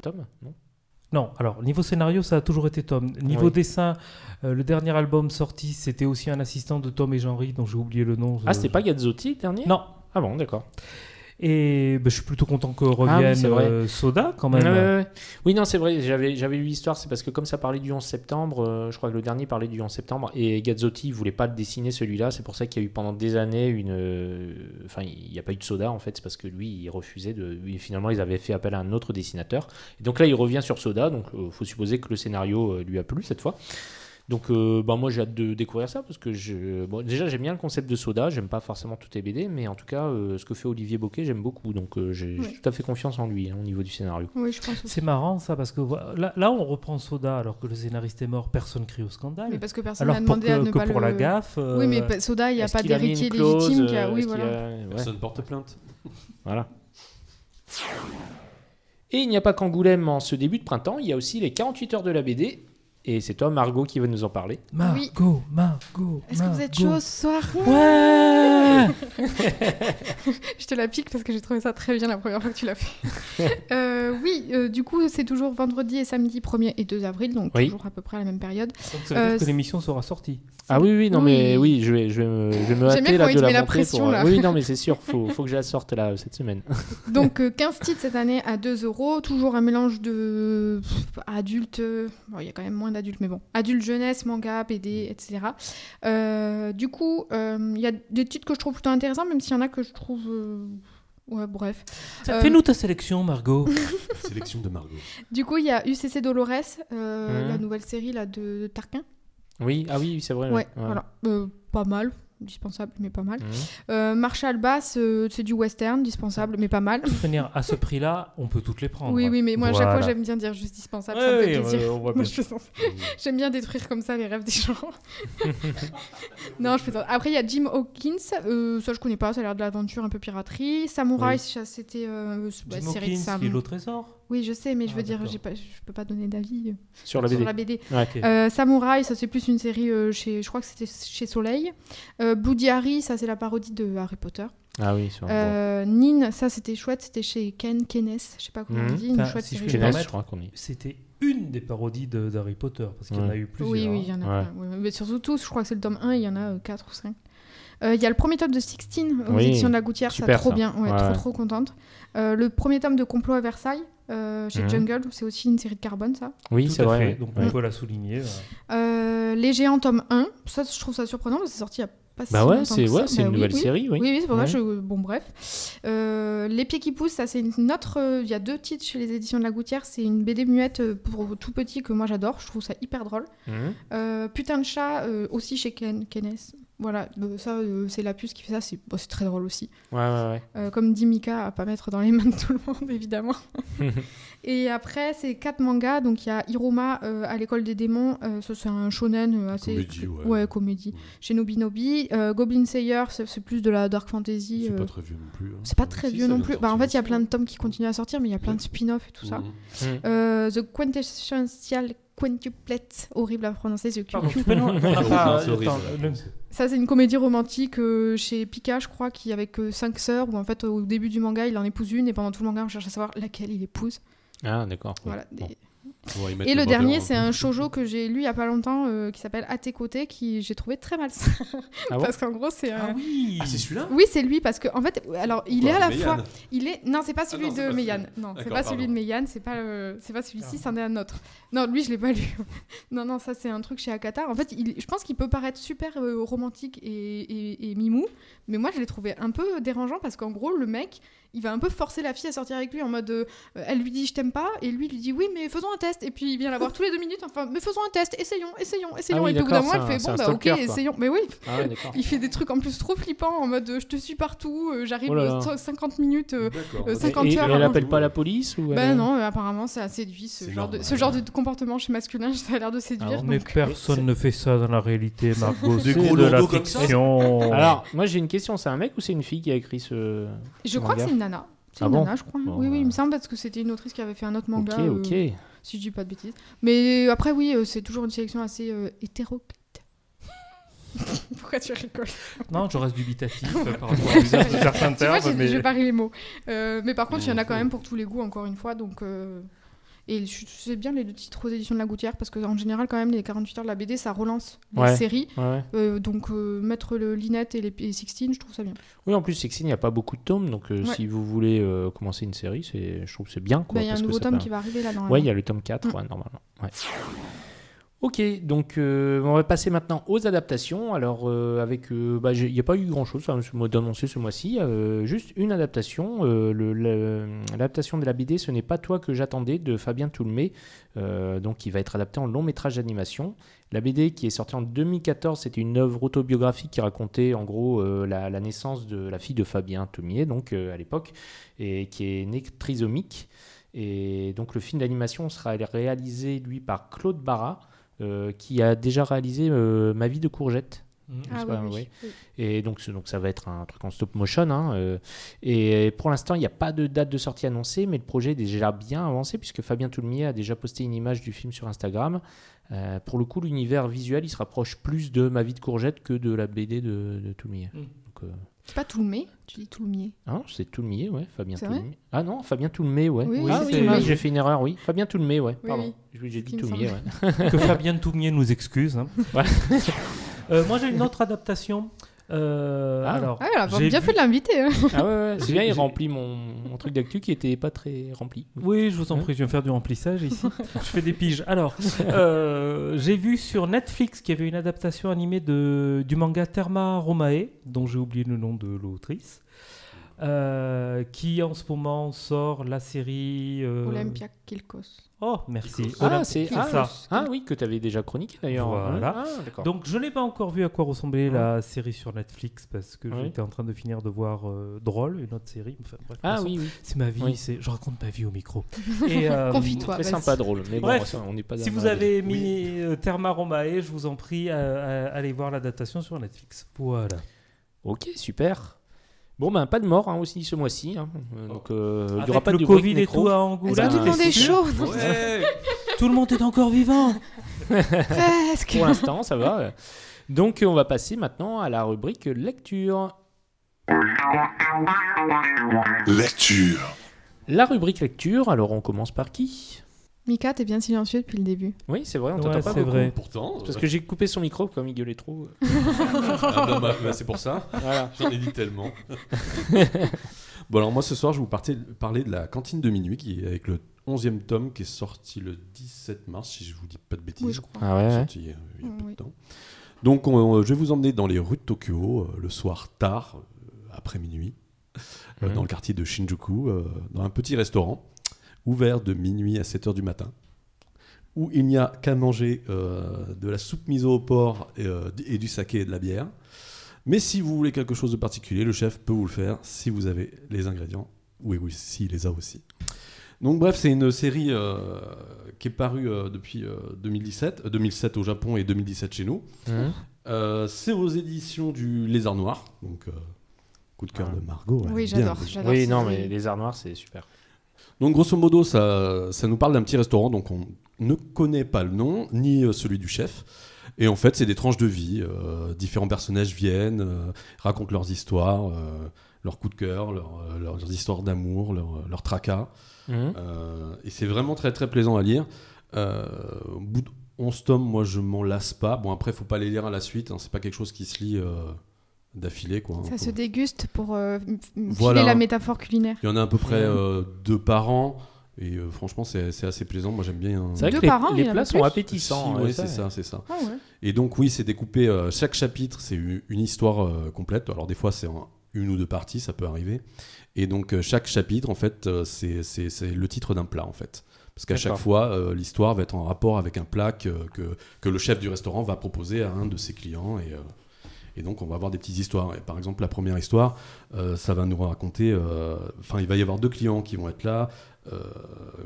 Tom. Non.
Non, alors niveau scénario, ça a toujours été Tom. Niveau
Oui.
dessin, euh, le dernier album sorti, c'était aussi un assistant de Tom et Jean-Ry, dont j'ai oublié le nom.
Ah,
je-
c'était pas Gazzotti le dernier
Euh, Non.
Ah bon, d'accord.
Et bah, je suis plutôt content que
Ah oui,
revienne
c'est vrai.
euh, Soda quand même.
Ouais, ouais, ouais. Oui, non, c'est vrai, j'avais, j'avais lu l'histoire, c'est parce que comme ça parlait du 11 septembre, euh, je crois que le dernier parlait du 11 septembre, et Gazzotti voulait pas le dessiner celui-là, c'est pour ça qu'il y a eu pendant des années une. euh, Enfin, il n'y a pas eu de soda en fait, c'est parce que lui, il refusait de. lui, finalement, ils avaient fait appel à un autre dessinateur. Et donc là, il revient sur soda, donc euh, faut supposer que le scénario euh, lui a plu cette fois. Donc, euh, bah, moi, j'ai hâte de découvrir ça parce que je... bon, déjà, j'aime bien le concept de soda. J'aime pas forcément toutes les BD, mais en tout cas, euh, ce que fait Olivier Bocquet, j'aime beaucoup. Donc, euh, j'ai j'ai
Ouais.
tout à fait confiance en lui hein, au niveau du scénario.
Oui, je pense aussi.
C'est marrant ça, parce que voilà, là, là, on reprend Soda alors que le scénariste est mort, personne crie au
Mais
scandale.
parce que personne
Alors
n'a
pour
demandé à
que,
ne
que
pas
pour
le.
la gaffe.
Oui, mais
euh,
pa- Soda, il n'y a
Est-ce
pas
qu'il mis
d'héritier
une clause,
légitime. qui a-
euh,
Oui,
est-ce qu'il
voilà.
a- ouais.
Personne porte plainte.
Voilà. Et il n'y a pas qu'Angoulême en ce début de printemps, il y a aussi les 48 heures de la BD. Et c'est toi, Margot, qui va nous en parler.
Oui.
Margot, Margot.
Est-ce que vous êtes chaud
Margot.
ce soir
Ouais
Je te la pique parce que j'ai trouvé ça très bien la première fois que tu l'as fait. Euh, oui, euh, du coup, c'est toujours vendredi et samedi 1er et 2 avril, donc
Oui.
toujours à peu près à la même période.
Donc ça veut
Euh,
dire que
c'est-
l'émission sera sortie.
Ah oui, oui, non, mais
Oui.
oui, je vais, je vais me, je vais me
J'aime bien
hâter là,
comment il
de
te met la
montrer
pression,
pour- euh,
là.
Oui, non, mais c'est sûr, faut, faut que je la sorte là cette semaine.
Donc euh, 15 titres cette année à 2 euros, toujours un mélange de pff, adultes, euh, bon, il y a quand même moins d'adultes, mais bon, adultes jeunesse, manga, BD, etc. Euh, du coup, euh, il y a des titres que je trouve plutôt intéressants, même s'il y en a que je trouve... euh, Ouais, bref. Euh,
Fais-nous ta sélection, Margot.
Sélection de Margot.
Du coup, il y a UCC Dolores, euh,
Mhm.
la nouvelle série là, de, de Tarquin.
Oui, ah oui, c'est vrai.
Ouais,
oui.
voilà. Euh, pas mal, dispensable, mais pas mal.
Mhm.
Mm.
Euh, Marshall Bass, euh, c'est du western, dispensable, mais pas mal.
De toute manière, à ce prix-là, on peut toutes les prendre.
Oui, oui, mais moi, à chaque
Oh, Voilà.
fois, j'aime bien dire juste dispensable, ça me fait plaisir. Moi, je fais ça.
Mmh.
J'aime bien détruire comme ça les rêves des gens. non, je plaisante. Après, il y a Jim Hawkins. euh, ça, je connais pas. Ça a l'air de l'aventure un peu piraterie. Samouraï, ça, c'était euh, bah,
Jim
série de
Hawkins,
Sam.
l'île au trésor.
Oui, je sais, mais je
Ah,
veux dire,
d'accord.
j'ai pas, je peux pas donner d'avis euh,
Sur la
sur
BD.
la BD.
Ouais.
Ok.
Euh, Samouraï, ça c'est plus une série euh, chez, je crois que c'était chez Soleil. Euh, Bloody Harry, ça c'est la parodie de Harry Potter.
Ah oui, sur
Euh, Nin, ça c'était chouette, c'était chez Ken Kennes, je sais pas comment on
Mhm.
dit, une
Enfin,
chouette
si je
bon.
série.
peux
japonaise.
Genèse, je crois qu'on est.
C'était une des parodies de- d'Harry Potter, parce qu'il y en
Ouais.
a eu plusieurs. hein.
Oui, oui, il y en a
Ouais.
plein. Oui, Mais surtout tous, je crois que c'est le tome 1, il y en a 4 ou 5. Il y a le premier tome de Sixteen aux
Oui,
éditions de la Gouttière, ça
super,
trop
ça.
bien, ouais,
Ouais,
trop
ouais.
trop contente. Euh, le premier tome de Complot à Versailles euh, chez
Mhm.
Jungle, c'est aussi une série de carbone ça.
Oui,
Tout
c'est
à
vrai.
fait,
ouais.
Donc
Ouais.
on peut la souligner. euh.
Euh, Les Géants tome 1, ça je trouve ça surprenant parce que c'est sorti il y a pas si
Bah ouais,
longtemps
c'est
que
ouais,
ça.
c'est
Bah
une
oui,
nouvelle
oui.
série, oui.
Oui, oui, c'est pour ça
Ouais.
que je... Bon, bref. Euh, les pieds qui poussent, ça, c'est une autre... euh, Il y a deux titres chez les éditions de la Gouttière. C'est une BD muette euh, pour tout petit que moi, j'adore. Je trouve ça hyper drôle.
Mhm.
Euh, Putain de chat, euh, aussi chez Ken... Kennes. Voilà, euh, ça, euh, c'est la puce qui fait ça. C'est bon, c'est très drôle aussi.
Ouais, ouais, ouais.
Euh, comme dit Mika, à pas mettre dans les mains de tout le monde, évidemment. Et après, c'est quatre mangas. Donc, il y a Hiroma euh, à l'école des démons. Euh, ça, c'est un shonen euh, assez.
Comédie, ouais.
comédie.
Ouais.
Chez Nobinobi. Euh, Goblin Slayer, c'est c'est plus de la dark fantasy.
C'est
euh,
pas très vieux non plus. hein.
c'est pas très
Si,
vieux
ça
non
vient de
plus. Bah, en fait,
sortir.
il y a plein de tomes qui continuent à sortir, mais il y a plein de spin-offs et tout ça.
Mmh.
Euh, the Quintessential Quintuplet, horrible à prononcer, The
Pardon,
Q.
tu peux nous- on n'a
Oh,
Ah, pas- euh,
c'est horrible.
attends, le-
Ça, c'est une comédie romantique euh, chez Pika, je crois, qui avec euh, cinq sœurs, où en fait, au début du manga, il en épouse une, et pendant tout le manga, on cherche à savoir laquelle il épouse.
Ah, d'accord.
Voilà.
Bon.
Et-
On va y mettre
Et le
border,
dernier,
hein.
c'est un shoujo que j'ai lu il y a pas longtemps, euh, qui s'appelle À tes côtés, qui j'ai trouvé très malsain.
Ah bon
parce qu'en gros, c'est.
Ah
un-
oui
Ah, c'est celui-là
Oui, c'est lui parce que en fait, alors il
Bah,
est à la
mais
fois,
Yann.
il est non, c'est pas celui
Ah
non, c'est
de
pas
Meyane, non, c'est
D'accord,
pas
pardon.
celui de Meyane, c'est pas le- c'est pas
Ah.
celui-ci, c'en est un autre. Non, lui je l'ai pas lu. non, non, ça c'est un truc chez Akata. En fait, il- je pense qu'il peut paraître super euh, romantique et, et- et mimou, mais moi je l'ai trouvé un peu dérangeant parce qu'en gros le mec, il va un peu forcer la fille à sortir avec lui en mode, euh, elle lui dit je t'aime pas et lui il lui dit oui mais faisons un test et puis il vient la voir tous les deux minutes, enfin mais faisons un test, essayons, essayons, essayons
Ah oui,
et puis au bout d'un
d'accord,
moment
c'est
elle
un-
fait
c'est
bon
un
bah ok
stalker, quoi.
essayons, mais oui
Ah, ouais, d'accord.
il fait des trucs en plus trop flippants en mode euh, je te suis partout, euh, j'arrive
Oh là là.
euh, 50 minutes. euh,
D'accord.
euh,
ok.
50
et, et
heures
elle
avant-
appelle pas la police ou
Ben
elle-
non, euh, apparemment ça séduit ce
C'est
genre, de,
normal.
ce genre de comportement chez masculin, ça a l'air de
Ah
séduire.
bon
Mais
donc- euh,
personne ne fait ça dans la réalité, Margot.
Des
C'est
gros
de la
lourdeaux comme ça
fiction.
Alors, moi j'ai une question, c'est un mec ou c'est une fille qui a écrit ce.
Je crois que
Manga.
c'est une nana. C'est
Ah
une
bon
nana, je crois.
Bon,
oui, oui,
bah.
il me semble parce que c'était une autrice qui avait fait un autre manga,
ok, ok.
euh, si je dis pas de bêtises. Mais après, oui, euh, c'est toujours une sélection assez euh, hétéroclite. Pourquoi tu rigoles
Non, je reste dubitatif euh, par rapport à l'usage de certains
Tu vois,
termes,
j'ai-
mais
je parie les mots. Euh, mais par contre, il y en a
Mmh.
quand même pour tous les goûts, encore une fois. Donc, euh, Et je sais bien les deux titres aux éditions de la Gouttière, parce qu'en général, quand même, les 48 heures de la BD, ça relance les
Ouais.
séries.
Ouais, ouais.
Euh, donc, euh, mettre le Linette et les et Sixteen, je trouve ça bien.
Oui, en plus, c'est que s'il n'y a pas beaucoup de tomes, donc euh,
Ouais.
si vous voulez euh, commencer une série, c'est- je trouve que c'est bien.
Bah,
quoi,
Il y a un
parce que
nouveau
ça
tome
permet-
qui va arriver là dans
Ouais, il y a le tome 4,
Mm.
ouais, normalement. ouais. Ok, donc euh, on va passer maintenant aux adaptations. Alors, euh, avec, euh, bah, j'ai- il n'y a pas eu grand-chose hein, ce mois- d'annoncé ce mois-ci. Euh, juste une adaptation. euh, le- le- L'adaptation de la BD Ce n'est pas toi que j'attendais de Fabien Toulmé, euh, donc qui va être adapté en long métrage d'animation. La BD qui est sortie en 2014, c'était une œuvre autobiographique qui racontait en gros euh, la, la naissance de la fille de Fabien Toulmier, donc euh, à l'époque, et qui est née trisomique. Et donc le film d'animation sera réalisé lui par Claude Barra euh, qui a déjà réalisé euh, Ma vie de courgette.
Mhm.
n'est-ce
Ah oui,
pas,
oui,
ouais.
oui.
Et donc, ce- donc ça va être un truc en stop motion. hein, euh, et pour l'instant, il n'y a pas de date de sortie annoncée, mais le projet est déjà bien avancé puisque Fabien Toulmier a déjà posté une image du film sur Instagram. Euh, pour le coup, l'univers visuel, il se rapproche plus de Ma vie de courgette que de la BD de, de Toulmier.
Mm.
Donc, euh,
C'est pas Toulmé Tu dis Toulmier.
ah non, c'est Toulmier, ouais, Fabien
C'est vrai
Toulmier. Ah non, Fabien Toulmier, ouais.
Oui,
ah
c'est
oui,
Toulmier.
mince, j'ai fait une erreur, oui. Fabien Toulmier, ouais.
Oui,
Pardon.
oui.
J'ai- J'ai dit
qui me
Toulmier, ouais.
semblait.
que Fabien Toumier nous excuse. hein.
Voilà.
Euh, moi, j'ai une autre adaptation. Euh,
Ah.
alors,
Ah, elle a
j'ai
bien
vu-
fait de l'inviter. hein.
Ah ouais, ouais, c'est
J'ai-
bien, il
j'ai-
remplit mon, mon truc d'actu qui était pas très rempli.
Oui, je vous en
Hein
prie, je vais me faire du remplissage ici. je fais des piges. Alors, euh, j'ai vu sur Netflix qu'il y avait une adaptation animée de, du manga Therma Romae, dont j'ai oublié le nom de l'autrice, euh, qui en ce moment sort la série. euh,
Olympia Kilkos.
Oh, merci.
Ah,
Olymp-
c'est
c'est
ah,
ça.
ah oui, que tu avais déjà chroniqué d'ailleurs.
Voilà.
Ah, d'accord.
Donc je n'ai pas encore vu à quoi ressemblait la série sur Netflix parce que
Oui.
j'étais en train de finir de voir euh, Drôle, une autre série. Enfin, bref,
ah
passons.
oui, oui.
C'est ma vie,
Oui.
c'est- je raconte ma vie au micro. Et, euh,
Confie-toi.
Très
vas-y.
sympa, drôle. Mais bon,
Bref,
ça, on n'est pas
Si
dans
vous
la
avez
BD. Oui.
mis euh, Therma Romae, je vous en prie, euh, à- allez voir l'adaptation sur Netflix. Voilà.
Ok, super. Bon, ben, pas de mort hein, aussi ce mois-ci. hein. Euh, Donc, euh, il n'y
Avec
aura pas
le
de
Covid
Brick
et
Necro.
tout hein. à
Est-ce
Angoulême.
que tout le monde est
t'es sûr
chaud
Ouais. Tout le monde est encore vivant.
Presque.
Pour l'instant, ça va. Donc, euh, on va passer maintenant à la rubrique lecture.
Lecture.
La rubrique lecture, alors on commence par qui
Mika, t'es bien silencieux depuis le début.
Oui, c'est vrai, on
Ouais,
t'entend pas
c'est
beaucoup.
vrai.
Pourtant,
Parce
euh,
que j'ai coupé son micro comme il gueulait trop.
ah, non, bah, bah, c'est pour ça.
Voilà.
J'en ai dit tellement. bon, alors moi ce soir, je vais vous partais- parler de la cantine de minuit, qui est avec le 11e tome qui est sorti le 17 mars, si je vous dis pas de bêtises.
Oui, je crois.
Ah ouais, ouais.
sorti euh, il y a peu
Oui.
de temps. Donc on- euh, je vais vous emmener dans les rues de Tokyo euh, le soir tard, euh, après minuit, euh,
Mhm.
dans le quartier de Shinjuku, euh, dans un petit restaurant ouvert de minuit à 7h du matin, où il n'y a qu'à manger euh, de la soupe miso au porc et, euh, d- et du saké et de la bière. Mais si vous voulez quelque chose de particulier, le chef peut vous le faire si vous avez les ingrédients. Oui, oui, s'il les a aussi. Donc bref, c'est une série euh, qui est parue euh, depuis euh, 2017, euh, 2007 au Japon et 2017 chez nous.
Hum.
Euh, c'est aux éditions du Lézard Noir, donc euh, coup de cœur
Ah.
de Margot. elle
Oui,
est bien,
j'adore.
elle est
j'adore
Oui,
cette
non,
série.
mais les arts noirs, c'est super.
donc grosso modo, ça, ça nous parle d'un petit restaurant, donc on ne connaît pas le nom, ni euh, celui du chef. Et en fait, c'est des tranches de vie. euh, différents personnages viennent, euh, racontent leurs histoires, euh, leurs coups de cœur, leurs, euh, leurs histoires d'amour, leurs, leurs tracas.
Hum.
Euh, et c'est vraiment très très plaisant à lire. Euh, au bout de 11 tomes, moi je m'en lasse pas. Bon, après, faut pas les lire à la suite, hein, c'est pas quelque chose qui se lit euh, d'affilée. Quoi, hein.
Ça se
Faut-
déguste pour euh, m- m-
Voilà.
filer la métaphore culinaire.
Il y en a à peu près euh, deux par an. Et euh, franchement, c'est c'est assez plaisant. Moi, j'aime bien.
C'est vrai
Deux
que les,
par an,
les
il y en
plats
a plus
sont
Si,
appétissants.
ouais,
euh,
c'est ça, c'est ça.
Ah ouais.
Et donc, oui, c'est découpé. euh, chaque chapitre, c'est u- une histoire euh, complète. Alors, des fois, c'est en une ou deux parties, ça peut arriver. Et donc, euh, chaque chapitre, en fait, euh, c'est- c'est c'est le titre d'un plat, en fait. Parce qu'à
D'accord.
chaque fois, euh, l'histoire va être en rapport avec un plat que, que, que le chef du restaurant va proposer à un de ses clients. Et, euh, et donc, on va avoir des petites histoires. Et par exemple, la première histoire, euh, ça va nous raconter. euh, Enfin, il va y avoir deux clients qui vont être là. Euh,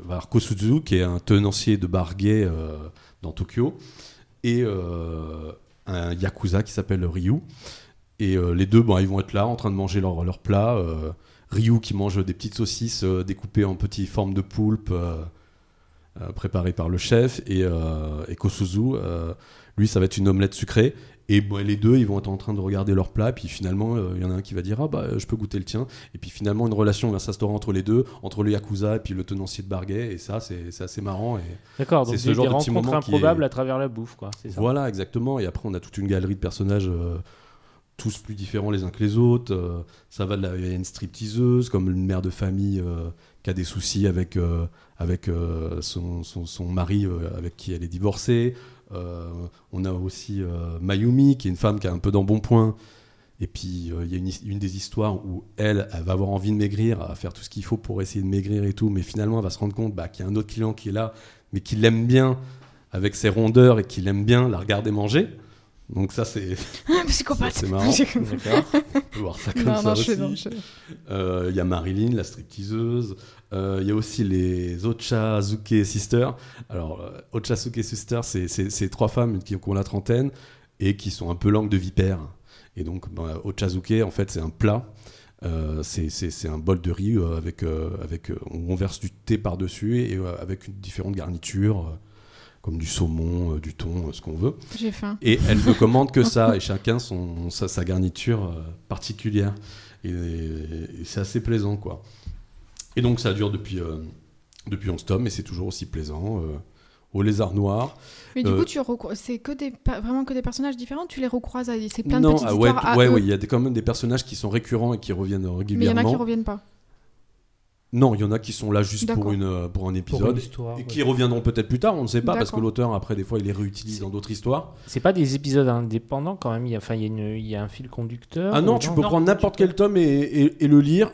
va avoir Kosuzu, qui est un tenancier de bar gay euh, dans Tokyo, et euh, un yakuza qui s'appelle Ryu. Et euh, les deux, bon, ils vont être là en train de manger leur, leur plat. euh, Ryu qui mange des petites saucisses euh, découpées en petites formes de poulpe, euh, euh, préparées par le chef. Et, euh, et Kosuzu, euh, lui, ça va être une omelette sucrée. Et bon, les deux, ils vont être en train de regarder leur plat. Puis finalement, euh, il y en a un qui va dire Ah, bah, je peux goûter le tien. Et puis finalement, une relation va s'instaurer entre les deux, entre le yakuza et puis le tenancier de Barguet. Et ça, c'est c'est assez marrant. Et,
D'accord,
C'est
donc
ce
des,
genre
des
de petit
rencontres
moment qui
improbables
est-
à travers la bouffe, quoi. C'est ça.
Voilà, exactement. Et après, on a toute une galerie de personnages, euh, tous plus différents les uns que les autres. Euh, ça va de la il y a une stripteaseuse, comme une mère de famille euh, qui a des soucis avec, euh, avec euh, son, son- son mari euh, avec qui elle est divorcée. Euh, on a aussi euh, Mayumi, qui est une femme qui a un peu d'embonpoint. Et puis, euh, il y a une, his- une des histoires où elle, elle va avoir envie de maigrir, à faire tout ce qu'il faut pour essayer de maigrir et tout, mais finalement, elle va se rendre compte bah, qu'il y a un autre client qui est là, mais qui l'aime bien avec ses rondeurs et qui l'aime bien la regarder manger. Donc ça, c'est
Psychopathe.
c'est marrant.
Non,
On peut voir ça comme ça
non, je
aussi.
fais- non, je-
Euh, Il y a Marilyn, la stripteaseuse. Euh, Il y a aussi les Ochazuke Sisters. Alors, euh, Ochazuke Sisters, c'est- c'est c'est trois femmes qui ont qui ont la trentaine et qui sont un peu langue de vipère. Et donc, ben, Ochazuke, en fait, c'est un plat. Euh, c'est- c'est c'est un bol de riz euh, avec, euh, avec euh, on on verse du thé par-dessus et euh, avec une différente garniture, euh, comme du saumon, euh, du thon, euh, ce qu'on veut.
J'ai faim.
Et elle ne commande que ça, et chacun son, sa, sa garniture euh, particulière. Et, et c'est assez plaisant, quoi. Et donc ça dure depuis, euh, depuis 11 tomes, et c'est toujours aussi plaisant. euh, au lézard noir.
Mais du
Euh,
coup, tu recro- c'est que des pa- vraiment que des personnages différents. Tu les recroises. à- C'est plein de
non,
petites
ah ouais,
histoires à
ouais,
eux.
ouais, il y a des- quand même des personnages qui sont récurrents et qui reviennent
mais il y en
régulièrement.
a qui reviennent pas.
Non, il y en a qui sont là juste pour,
D'accord.
une, euh, pour un
pour
épisode.
une histoire.
et
ouais.
qui reviendront peut-être plus tard, on ne sait pas, parce que
D'accord.
l'auteur, après, des fois, il les réutilise dans d'autres histoires.
C'est pas des épisodes indépendants quand même. Il y a, enfin, il y a, une- il y a un fil conducteur.
Ah non,
ou
tu peux prendre n'importe quel tome et, et- et le lire.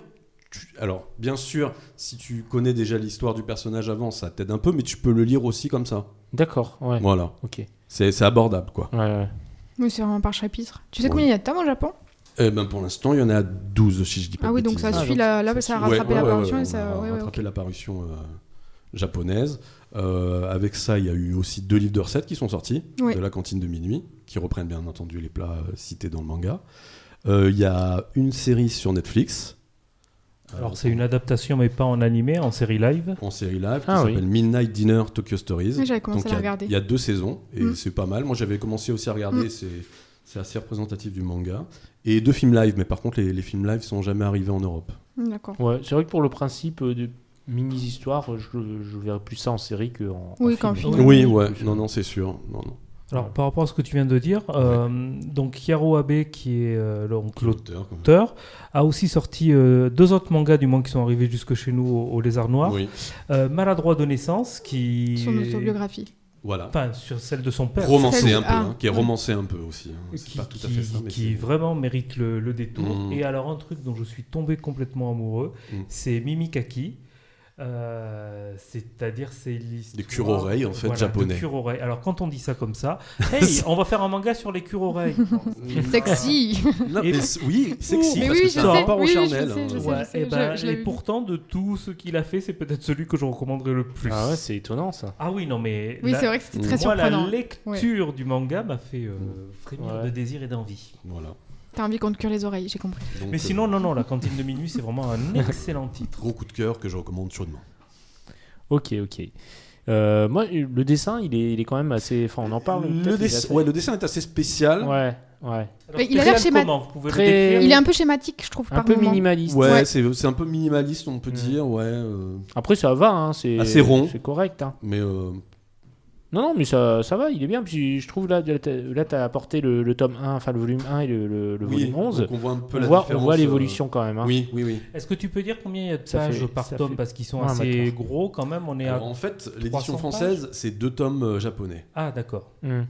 Tu- Alors, bien sûr, si tu connais déjà l'histoire du personnage avant, ça t'aide un peu, mais tu peux le lire aussi comme ça.
D'accord. Ouais.
Voilà.
Ok. Ouais,
C'est c'est abordable, quoi.
ouais.
Mais c'est vraiment par chapitre. Tu sais
Ouais.
combien il y a de tomes au Japon
Eh ben, pour l'instant, il y en a 12, si je dis pas
Ah
de
oui, donc ça
bêtises.
Ah,
suit.
donc
la- Là, ça a
Ouais,
rattrapé
ouais,
la
ouais,
parution
ouais,
et
on
ça.
a
ouais, ouais,
rattrapé
ok.
la parution euh, japonaise. Euh, avec ça, il y a eu aussi deux livres de recettes qui sont sortis
Ouais.
de la cantine de minuit, qui reprennent bien entendu les plats euh, cités dans le manga. Euh, Il y a une série sur Netflix.
Alors c'est une adaptation mais pas en animé, en série live.
en série live qui
Ah oui.
s'appelle Midnight Dinner Tokyo Stories.
Ouais, J'avais Ah, commencé
Donc,
à
il y
la
a-
regarder.
Il y a deux saisons et
Mm.
c'est pas mal. Moi, j'avais commencé aussi à regarder.
Mm.
C'est c'est assez représentatif du manga. Et deux films live, mais par contre, les, les films live sont jamais arrivés en Europe.
D'accord.
Ouais, c'est vrai que pour le principe euh, de mini-histoire, je, je verrais plus ça en série qu'en en
Oui,
film.
qu'en film.
Oui, ouais. Non, non, c'est sûr. Non, non.
Alors par rapport à ce que tu viens de dire, euh, donc Yaro Abe qui est euh, donc
L'auteur. quand même.
l'auteur a aussi sorti euh, deux autres mangas du moins qui sont arrivés jusque chez nous au, au Lézard Noir.
Oui,
Euh, Maladroit de naissance qui
Son autobiographie.
voilà.
enfin sur celle de son père.
Romancé
Celle-
un peu,
ah.
hein, qui est romancé un peu aussi. hein. C'est
qui,
pas tout à fait ça,
qui-
mais
qui
c'est-
vraiment mérite le, le détour.
Mm.
Et alors un truc dont je suis tombé complètement amoureux,
Mm.
c'est Mimi Kaki. Euh, c'est-à-dire c'est l'histoire
Des cure-oreilles, en fait,
Voilà, de
japonais.
cure-oreilles. Alors quand on dit ça comme ça, hey, on va faire un manga sur les cure-oreilles.
Sexy.
Mm. Non, mais c'est- oui, sexy.
Mais
parce
oui,
que
je
ça
sais,
part au
oui, je
charnel.
sais, je
hein.
sais.
Oh. Ouais, et, ben,
je l'ai
et
vu.
pourtant de tout ce qu'il a fait, c'est peut-être celui que je recommanderais le plus.
Ah ouais, c'est étonnant ça.
Ah oui, non mais
Oui,
la-
c'est vrai que c'était
Moi,
très
moi, la
surprenant.
lecture du manga m'a fait euh, frémir
Ouais.
de désir et d'envie.
Voilà.
T'as envie qu'on te cure les oreilles, j'ai compris.
Donc,
Mais
euh,
sinon, non, non, la cantine de minuit, c'est vraiment un excellent titre.
Gros coup de cœur que je recommande chaudement.
Ok, ok. Euh, moi, le dessin, il est, il est quand même assez. Enfin, on en parle.
Le,
peut-être, il est
dess-
assez-
ouais, le dessin est assez spécial.
Ouais, ouais.
Alors,
Mais il a
spécial
l'air schéma-
comment Vous pouvez
Très-
le décrire
Il est un peu schématique, je trouve,
Un
par
peu
moment.
minimaliste.
Ouais,
Ouais.
c'est c'est un peu minimaliste, on peut
Mm.
dire, ouais. euh,
Après, ça va, hein, c'est
Assez rond.
C'est correct. hein.
mais euh,
Non, non, mais ça, ça va, il est bien. Puis je trouve là, là, t'as- là, t'as apporté le, le tome 1, enfin le volume 1 et le, le- le
oui,
volume 11.
donc on voit un peu
On
la
voit, on
différence,
voit
euh,
l'évolution quand même. hein.
Oui, oui, oui.
Est-ce que tu peux dire combien il y a de
Ça
pages
fait-
par
ça
tome
fait
Parce qu'ils sont
un
assez
mètre.
gros quand même. On est à...
Alors, en fait, l'édition
300
française, c'est deux tomes euh, japonais,
Ah, d'accord.
Hmm.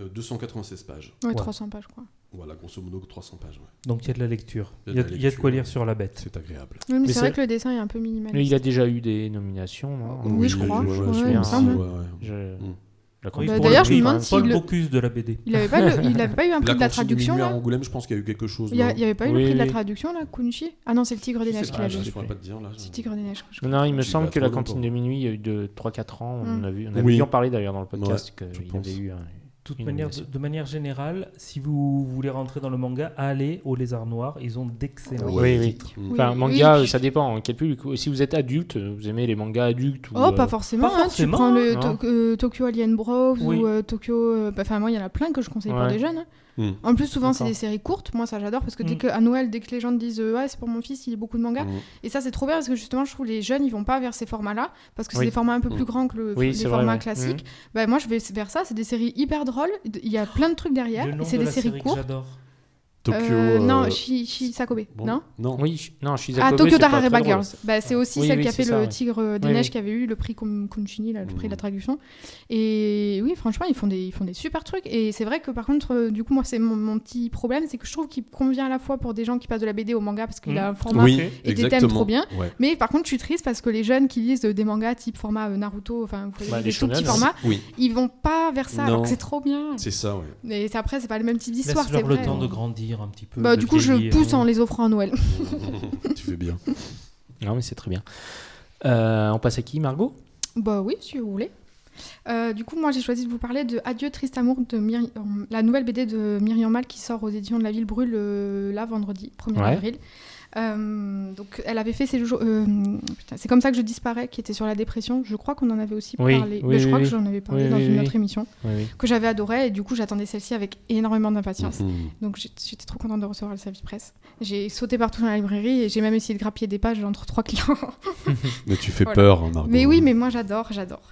euh, 296 pages.
Ouais,
Ouais.
300 pages, je crois.
Voilà, grosso modo 300 pages. ouais.
Donc il y a de la lecture. Il y a,
la
il y a de quoi
lecture.
lire sur la bête.
C'est agréable.
Oui,
Mais
mais c'est
c'est-
vrai que le dessin est un peu
Mais
minimaliste.
il a déjà eu des nominations. non
Oui, je crois,
ouais,
je-
ouais,
ouais,
je
il me
pense,
semble.
ouais, ouais.
Je-
Mm.
la
Oui,
cantine-
Bah,
pour
d'ailleurs,
le
je me
prix,
demande
hein.
si
Paul
le-
Bocuse de la BD.
Il avait pas, le- il avait pas eu un prix
La
de
cantine du
la traduction,
Minuit à
là
Angoulême, je pense qu'il y a eu quelque chose.
Il y a-
non
il y avait pas eu le
Oui,
prix de la
oui.
traduction, là, Kunchi Ah non, c'est le Tigre des
Je
Neiges
sais
qu'il
pas,
a
je
joué.
je
pourrais
sais
pas te dire là.
C'est Tigre des Neiges. je crois.
Non, il me
Tu vas
semble que
trop
la
longtemps.
cantine de minuit, il y a eu de 3-4 ans. On
Mm.
avait, on avait
Oui.
dû en parler d'ailleurs dans le podcast.
je
qu'il
pense.
avait eu un-
Toute
Une
manière, de,
nomination.
de manière générale, si vous voulez rentrer dans le manga, allez au Lézard Noir. Ils ont d'excellents
Ouais.
Oui, oui.
Mm.
Oui,
Enfin,
oui,
manga,
oui.
ça dépend. Quel public. Si vous êtes adulte, vous aimez les mangas adultes. ou,
Oh,
euh,
pas forcément.
pas
hein, Tu
forcément,
prends le
hein.
To- euh, Tokyo Alien Bros
Oui.
ou euh, Tokyo. euh, bah, Enfin, moi, il y en a plein que je conseille pour
Ouais.
des jeunes. hein.
Mm.
En plus, souvent, c'est
D'accord. Hmm.
des séries courtes. Moi, ça, j'adore parce que dès
Mm.
que à Noël, dès que les gens te disent euh, ouais, c'est pour mon fils, il lit beaucoup de mangas.
Mm.
Et ça, c'est trop bien parce que justement, je trouve les jeunes, ils vont pas vers ces formats-là parce que c'est
Oui.
des formats un peu plus
Mm.
grands que le,
Oui,
les
c'est vrai,
formats
ouais. Hmm.
classiques. Bah, moi, je vais vers ça. C'est des séries hyper drôles. Il y a plein de trucs derrière.
Le
et
nom
C'est
de
des
la
séries
série que
courtes.
j'adore.
Tokyo.
Euh, non,
euh,
Shi- Shisakobe,
bon,
non
Non.
Oui, je- non, je suis
Ah,
Zakobe,
Tokyo
c'est pas très
Tarareba
drôle.
Girls. Bah, c'est aussi
Oui,
celle
oui,
qui a
c'est
fait
ça,
le
ouais.
Tigre des
Oui, Mm.
Neiges
oui.
qui avait eu le prix Kon- Konchini, là, le prix de la
Mhm.
traduction. Et oui, franchement, ils font des, ils font des super trucs. Et c'est vrai que par contre, euh, du coup, moi, c'est mon, mon petit problème, c'est que je trouve qu'il convient à la fois pour des gens qui passent de la BD au manga parce qu'il
Mhm.
Mm.
a un format.
Oui,
et des thèmes
exactement.
trop bien.
Ouais.
Mais par contre, je suis triste parce que les jeunes qui lisent euh, des mangas type format euh, Naruto, enfin, vous voyez,
Bah,
des
les
tout petits
shonen,
formats,
Oui,
ils vont pas vers ça alors
Non.
que c'est trop bien.
c'est ça, ouais.
Et c'est- après, c'est pas le même type d'histoire, c'est
Laisse-leur le
vrai.
temps de grandir un petit peu.
Bah,
de
du coup, je
vieillir.
pousse en les offrant à Noël.
tu fais bien.
Non, mais c'est très bien. Euh, on passe à qui, Margot
Bah oui, si vous voulez. Euh, du coup, moi j'ai choisi de vous parler de Adieu Triste Amour, de Myri- euh, la nouvelle BD de Myriam Mal qui sort aux éditions de La Ville Brûle euh, là vendredi 1er
Ouais.
avril. Euh, donc elle avait fait ses jours. euh, putain, c'est comme ça que je disparais, qui était sur la dépression. Je crois qu'on en avait aussi
Oui,
parlé.
oui,
Mais je
oui,
crois
oui.
que j'en avais parlé
Oui,
dans
oui,
une
oui.
autre émission
Oui, oui.
que j'avais adorée et du coup j'attendais celle-ci avec énormément
Mm.
d'impatience.
Mhm.
Donc j'ai- j'étais trop contente de recevoir le service presse. J'ai sauté partout dans la librairie et j'ai même essayé de grappiller des pages entre trois clients.
Mais tu fais
Voilà.
peur, hein, Margot.
Mais oui, mais moi j'adore, j'adore.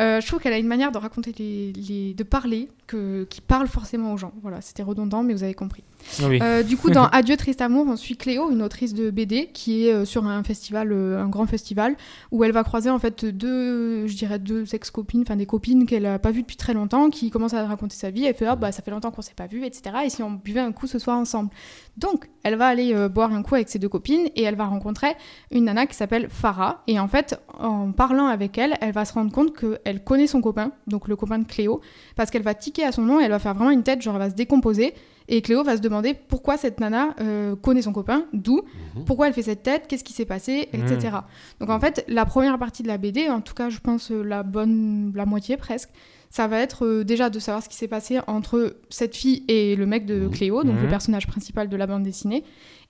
Euh, je trouve qu'elle a une manière de raconter les, les- de parler que, qui parle forcément aux gens. Voilà, c'était redondant, mais vous avez compris.
Oui.
Euh, du coup, dans Adieu Triste Amour, on suit Cléo, une autrice de BD, qui est euh, sur un festival, euh, un grand festival, où elle va croiser en fait deux, je dirais deux ex-copines, enfin des copines qu'elle n'a pas vues depuis très longtemps, qui commencent à raconter sa vie. Elle fait ah bah ça fait longtemps qu'on s'est pas vues, etc. Et si on buvait un coup ce soir ensemble. Donc, elle va aller euh, boire un coup avec ses deux copines et elle va rencontrer une nana qui s'appelle Farah. Et en fait, en parlant avec elle, elle va se rendre compte qu'elle connaît son copain, donc le copain de Cléo, parce qu'elle va tiquer à son nom et elle va faire vraiment une tête, genre elle va se décomposer. Et Cléo va se demander pourquoi cette nana euh, connaît son copain, d'où,
Mhm.
pourquoi elle fait cette tête, qu'est-ce qui s'est passé,
Hmm.
etc. Donc en fait, la première partie de la BD, en tout cas je pense euh, la bonne, la moitié presque, ça va être euh, déjà de savoir ce qui s'est passé entre cette fille et le mec de
Mhm.
Cléo, donc le
Mhm.
personnage principal de la bande dessinée.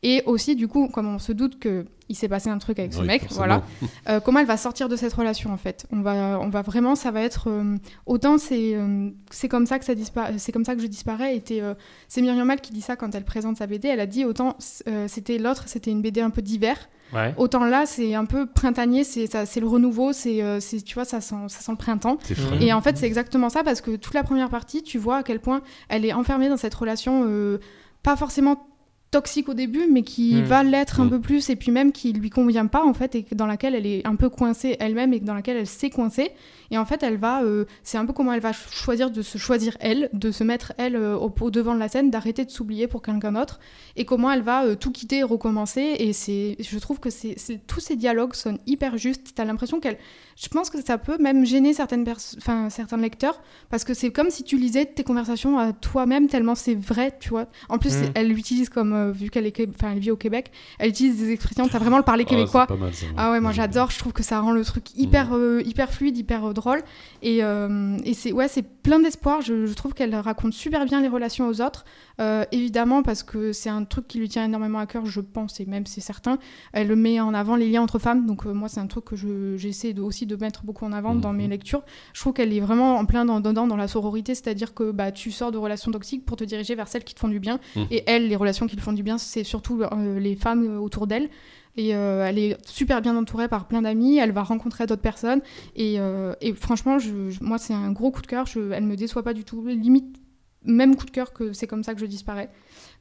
Et aussi, du coup, comme on se doute que il s'est passé un truc avec ce
Oui,
mec,
forcément.
voilà. Euh, comment elle va sortir de cette relation en fait On va, on va vraiment, ça va être euh, autant c'est euh, c'est comme ça que ça dispara- c'est comme ça que je disparais. Était euh, c'est Myriam Mal qui dit ça quand elle présente sa BD. Elle a dit autant euh, c'était l'autre, c'était une BD un peu d'hiver.
Ouais.
Autant là, c'est un peu printanier, c'est ça- c'est le renouveau, c'est euh, c'est- tu vois ça sent ça sent le printemps.
C'est frais.
Et en fait, c'est exactement ça parce que toute la première partie, tu vois à quel point elle est enfermée dans cette relation, euh, pas forcément toxique au début, mais qui
Mm.
va l'être un
Mm.
peu plus et puis même qui lui convient pas en fait et que- dans laquelle elle est un peu coincée elle-même et dans laquelle elle s'est coincée. Et en fait, elle va, euh, c'est un peu comment elle va ch- choisir de se choisir elle, de se mettre elle euh, au, au devant de la scène, d'arrêter de s'oublier pour quelqu'un d'autre et comment elle va euh, tout quitter, et recommencer. Et c'est, je trouve que c'est, c'est- tous ces dialogues sonnent hyper justes. T'as l'impression qu'elle je pense que ça peut même gêner certaines perso- enfin, certains lecteurs parce que c'est comme si tu lisais tes conversations à toi-même tellement c'est vrai, tu vois. En plus,
Mm.
c'est- elle l'utilise comme euh, vu qu'elle est, qué- enfin, elle vit au Québec, elle utilise des expressions. T'as vraiment le parler
Ah,
québécois.
c'est Mmh. pas mal, ça,
Ah ouais, moi j'adore. Je trouve que ça rend le truc hyper euh, hyper fluide, hyper euh, drôle. Et, euh, et c'est ouais, c'est plein d'espoir. Je, je trouve qu'elle raconte super bien les relations aux autres. Euh, évidemment parce que c'est un truc qui lui tient énormément à cœur, je pense, et même c'est certain. Elle met en avant les liens entre femmes. Donc euh, moi c'est un truc que je- j'essaie de, aussi de mettre beaucoup en avant dans mes
Mhm.
lectures. Je trouve qu'elle est vraiment en plein dans, dedans dans la sororité, c'est-à-dire que bah tu sors de relations toxiques pour te diriger vers celles qui te font du bien.
Mhm.
Et elle, les relations qui te font du bien, c'est surtout euh, les femmes euh, autour d'elle. Et euh, elle est super bien entourée par plein d'amis, elle va rencontrer d'autres personnes. Et, euh, et franchement, je, je- moi, c'est un gros coup de cœur. Je, elle me déçoit pas du tout. Limite, même coup de cœur que c'est comme ça que je disparais.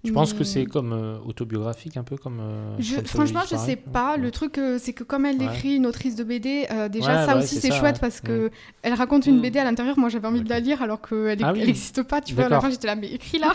Je pense
Mais-
que c'est comme euh, autobiographique, un peu comme. euh,
je-
comme ça,
franchement, je
disparaît.
sais pas. Le truc, euh, c'est que comme elle
Ouais.
écrit une autrice de BD, euh, déjà
Ouais, bah
ça
ouais,
aussi
c'est
c'est
ça,
chouette
ouais. Mm.
parce que elle raconte une BD à l'intérieur. Moi, j'avais envie de la
D'accord.
lire alors qu'elle
Ah oui.
n'existe pas. Tu vois, à la
D'accord.
fin, j'étais là, mais écris là.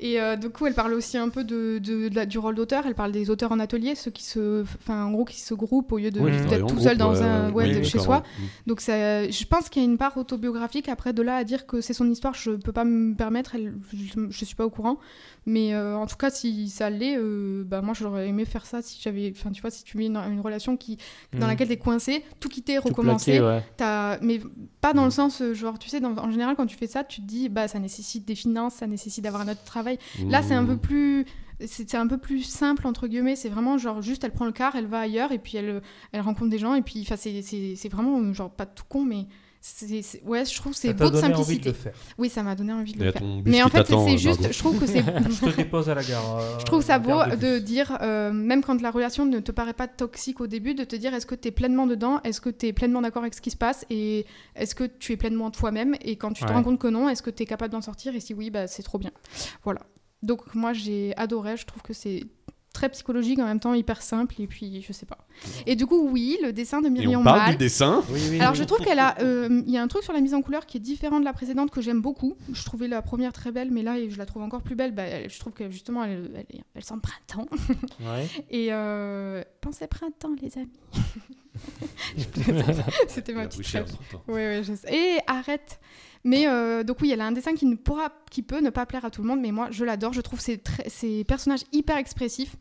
Et euh, du coup, elle parle aussi un peu de, de- de la- du rôle d'auteur. Elle parle des auteurs en atelier, ceux qui se, enfin, en gros, qui se groupent au lieu de
Oui,
d'être
travailler en
tout seul
groupe,
dans un, ouais,
oui,
de- chez
d'accord,
soi.
ouais.
Donc ça, je pense qu'il y a une part autobiographique. Après, de là à dire que c'est son histoire, je peux pas me permettre. elle- je, je suis pas au courant. Mais euh, en tout cas, si ça l'est, euh, bah moi j'aurais aimé faire ça si j'avais. Enfin, tu vois, si tu vis une, une relation qui, dans
Mhm.
laquelle t'es coincé, tout quitter,
Tout
recommencer.
plaqué, ouais. Mm.
t'as- mais pas dans le sens euh, genre, tu sais, dans- en général quand tu fais ça, tu te dis bah ça nécessite des finances, ça nécessite d'avoir un autre travail. Là, c'est un peu plus. C'est c'est un peu plus simple, entre guillemets. C'est vraiment genre juste, elle prend le car, elle va ailleurs, et puis elle, elle rencontre des gens, et puis enfin, c'est- c'est c'est vraiment euh, genre pas tout con, mais. c'est c'est- ouais, je trouve que c'est
Ça t'a
beau de
donné envie
simplicité.
de le faire.
Oui, ça m'a donné envie de
Et
le
à
faire.
ton bus
Mais en
qui
fait,
t'attend,
c'est
euh,
juste,
Margot.
je trouve que c'est.
Je te dépose à la gare. euh,
Je trouve ça beau
gare
de
bus.
dire, euh, même quand la relation ne te paraît pas toxique au début, de te dire est-ce que tu es pleinement dedans, est-ce que tu es pleinement d'accord avec ce qui se passe et est-ce que tu es pleinement toi-même et quand tu te
Ouais.
rends compte que non, est-ce que tu es capable d'en sortir et si oui, bah, c'est trop bien. Voilà. Donc moi j'ai adoré, je trouve que c'est très psychologique en même temps hyper simple et puis je sais pas. Et du coup oui, le dessin de
Et
Myriam
on parle
Ball.
du dessin.
Oui, oui,
Alors
oui.
je trouve qu'elle a, euh, il y a un truc sur la mise en couleur qui est différent de la précédente que j'aime beaucoup. Je trouvais la première très belle, mais là je la trouve encore plus belle. Bah, elle- je trouve que justement elle, elle, elle sent le printemps.
Ouais.
Et euh, pensez printemps les amis. Je plaisante. C'était ma
La
petite
Bruchère,
rêve.
attends.
Oui, oui, je sais. Et arrête. Mais euh, donc oui, elle a un dessin qui ne pourra, qui peut ne pas plaire à tout le monde, mais moi je l'adore. Je trouve ses, tra- ses personnages hyper expressifs.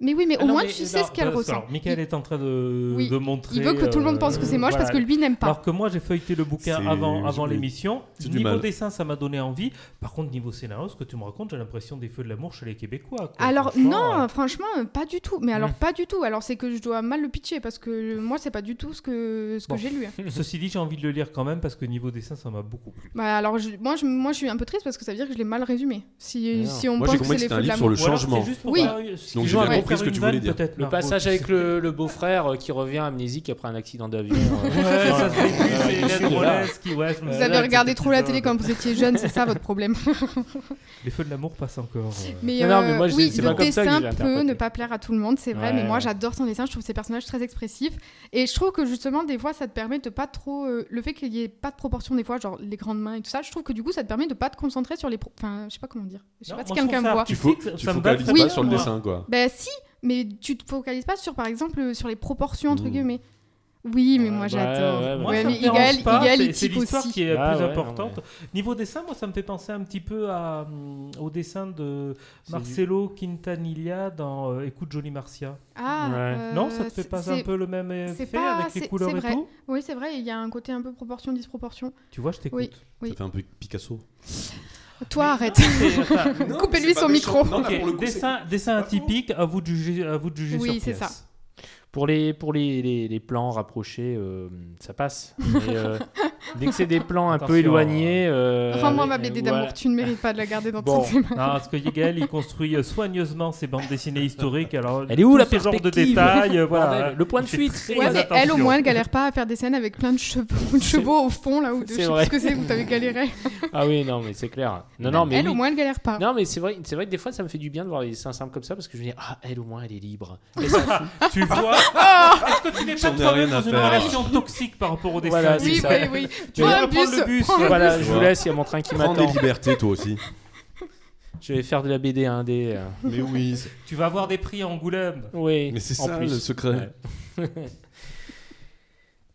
Mais oui, mais au
Ah Non,
moins
mais-
tu
non,
sais ce qu'elle
parce-
ressent.
alors, Michael est en train de,
Oui,
de montrer. euh,
Il veut que tout le monde pense que c'est moche parce que lui n'aime pas.
Alors que moi, j'ai feuilleté le bouquin
C'est-
avant,
j'ai
avant
oublié.
l'émission.
C'est du
Niveau
mal.
dessin, ça m'a donné envie. Par contre, niveau scénario, ce que tu me racontes, j'ai l'impression des feux de l'amour chez les Québécois. quoi.
Alors
Franchement,
non,
euh,
franchement, euh, pas du tout. Mais alors
Mm.
pas du tout. Alors c'est que je dois mal le pitcher parce que moi c'est pas du tout ce que ce
Bon.
que j'ai lu. hein.
euh, Ceci dit, j'ai envie de le lire quand même parce que niveau dessin, ça m'a beaucoup plu.
Bah alors je- moi je, moi je suis un peu triste parce que ça veut dire que je l'ai mal résumé. Si,
Mais non.
si on
Ah Moi,
pense
j'ai
que
compris
c'est
que c'était
les feux
un
de
livre sur le
Ou
l'amour.
alors, c'est
changement.
juste pour
Oui.
pas-
Donc,
Excuse-moi,
j'ai bien
pour
compris ce
faire
que tu
une
voulais
vanne,
dire.
peut-être,
Le
Margot,
passage
tu
avec
sais.
le, le beau-frère euh, qui revient amnésique après un accident d'avion. euh,
Ouais, ça se fait plus,
euh,
c'est
issu
Hélène
de là.
Rollès qui- ouais, je me
Vous
souviens,
avez regardé
c'était
trop la
bizarre.
télé quand vous étiez jeune, c'est ça votre problème.
Les feux de l'amour passent encore. euh.
Mais,
Non, non, mais
euh,
moi, je-
oui,
c'est
le
pas comme ça que
dessin
je l'ai
peut
interprété.
ne pas plaire à tout le monde, c'est vrai,
Ouais,
mais moi
ouais.
j'adore son dessin, je trouve ses personnages très expressifs. Et je trouve que justement, des fois, ça te permet de pas trop. euh, le fait qu'il y ait pas de proportion, des fois, genre les grandes mains et tout ça, je trouve que du coup, ça te permet de pas te concentrer sur les. pro- Enfin, je sais pas comment dire. Je sais
Non,
pas si
moi, je
quelqu'un
trouve ça
voit.
Tu,
artistique,
fo-
ça-
tu
ça me
focalises
va
pas
très
sur le
bien.
dessin, quoi.
Ben si, mais tu te focalises pas sur, par exemple, euh, sur les proportions, entre
Mm.
guillemets. Oui, mais
Ouais,
moi
bah,
j'adore.
ouais, bah,
Moi,
Ouais,
ça
mais
me dérange
Igaël-
pas,
Igaël,
c'est-
il
c'est
type
l'histoire
aussi.
qui est
Ah
plus
ouais,
importante.
non,
Niveau dessin, moi, ça me fait penser un petit peu à, hum, au dessin de
C'est
Marcelo Quintanilla dans euh, Écoute Jolie Marcia.
Ah,
Ouais.
euh,
non, ça te fait
c'est-
pas un
c'est-
peu le même
c'est
effet
pas-
avec les
c'est-
couleurs
c'est
et
vrai.
tout
Oui, c'est vrai, il y a un côté un peu proportion-disproportion.
Tu vois, je t'écoute.
Oui. Oui.
Ça fait un peu Picasso.
Toi,
Mais-
arrête.
C'est- enfin,
Coupez-lui son micro.
ok, dessin, dessin atypique, à vous de juger, à vous de juger
Oui,
sur
c'est
pièce.
ça.
Pour les, pour les, les, les plans rapprochés, euh, ça passe. Mais, euh, dès que c'est des plans un
Attention,
peu
hein.
éloignés. euh,
Rends-moi ma
avec-
BD
ouais.
d'amour, tu ne mérites pas de la garder dans
Bon.
ton tes mains.
Non, parce que Yegel, il construit euh, soigneusement ses bandes dessinées historiques. Alors,
Elle est où,
tout
la
ce genre de
perspective
détails, euh, voilà.
Bordel, le point de
Il fait
fuite.
très
Ouais, mais
attention.
elle, au moins, elle galère pas à faire des scènes avec plein de chevaux, de chevaux au fond, là, ou de je
C'est
sais
vrai.
plus ce que c'est, où t'avais galéré.
Ah oui, non, mais c'est clair. Non, non, mais
elle,
oui.
au moins, elle galère pas.
Non, mais c'est vrai, c'est vrai que des fois, ça me fait du bien de voir les dessins simples comme ça parce que je me dis, ah, elle, au moins, elle est libre. Elle s'en fout.
Tu vois Est-ce que tu n'es pas
J'en ai rien
toi-même
à
dans une
faire.
relation toxique par rapport au dessin
Voilà,
animé
c'est
oui,
ça.
oui, oui.
Tu
Prends
vas
un
prendre
bus,
le bus.
prends un
voilà, je
Voilà.
vous laisse, il y a mon train qui
Prends des
m'attend.
libertés, toi aussi.
Je vais faire de la BD à un dé. euh.
Mais oui.
Tu vas avoir des prix à Angoulême.
Oui.
Mais c'est
en
ça
plus.
le secret.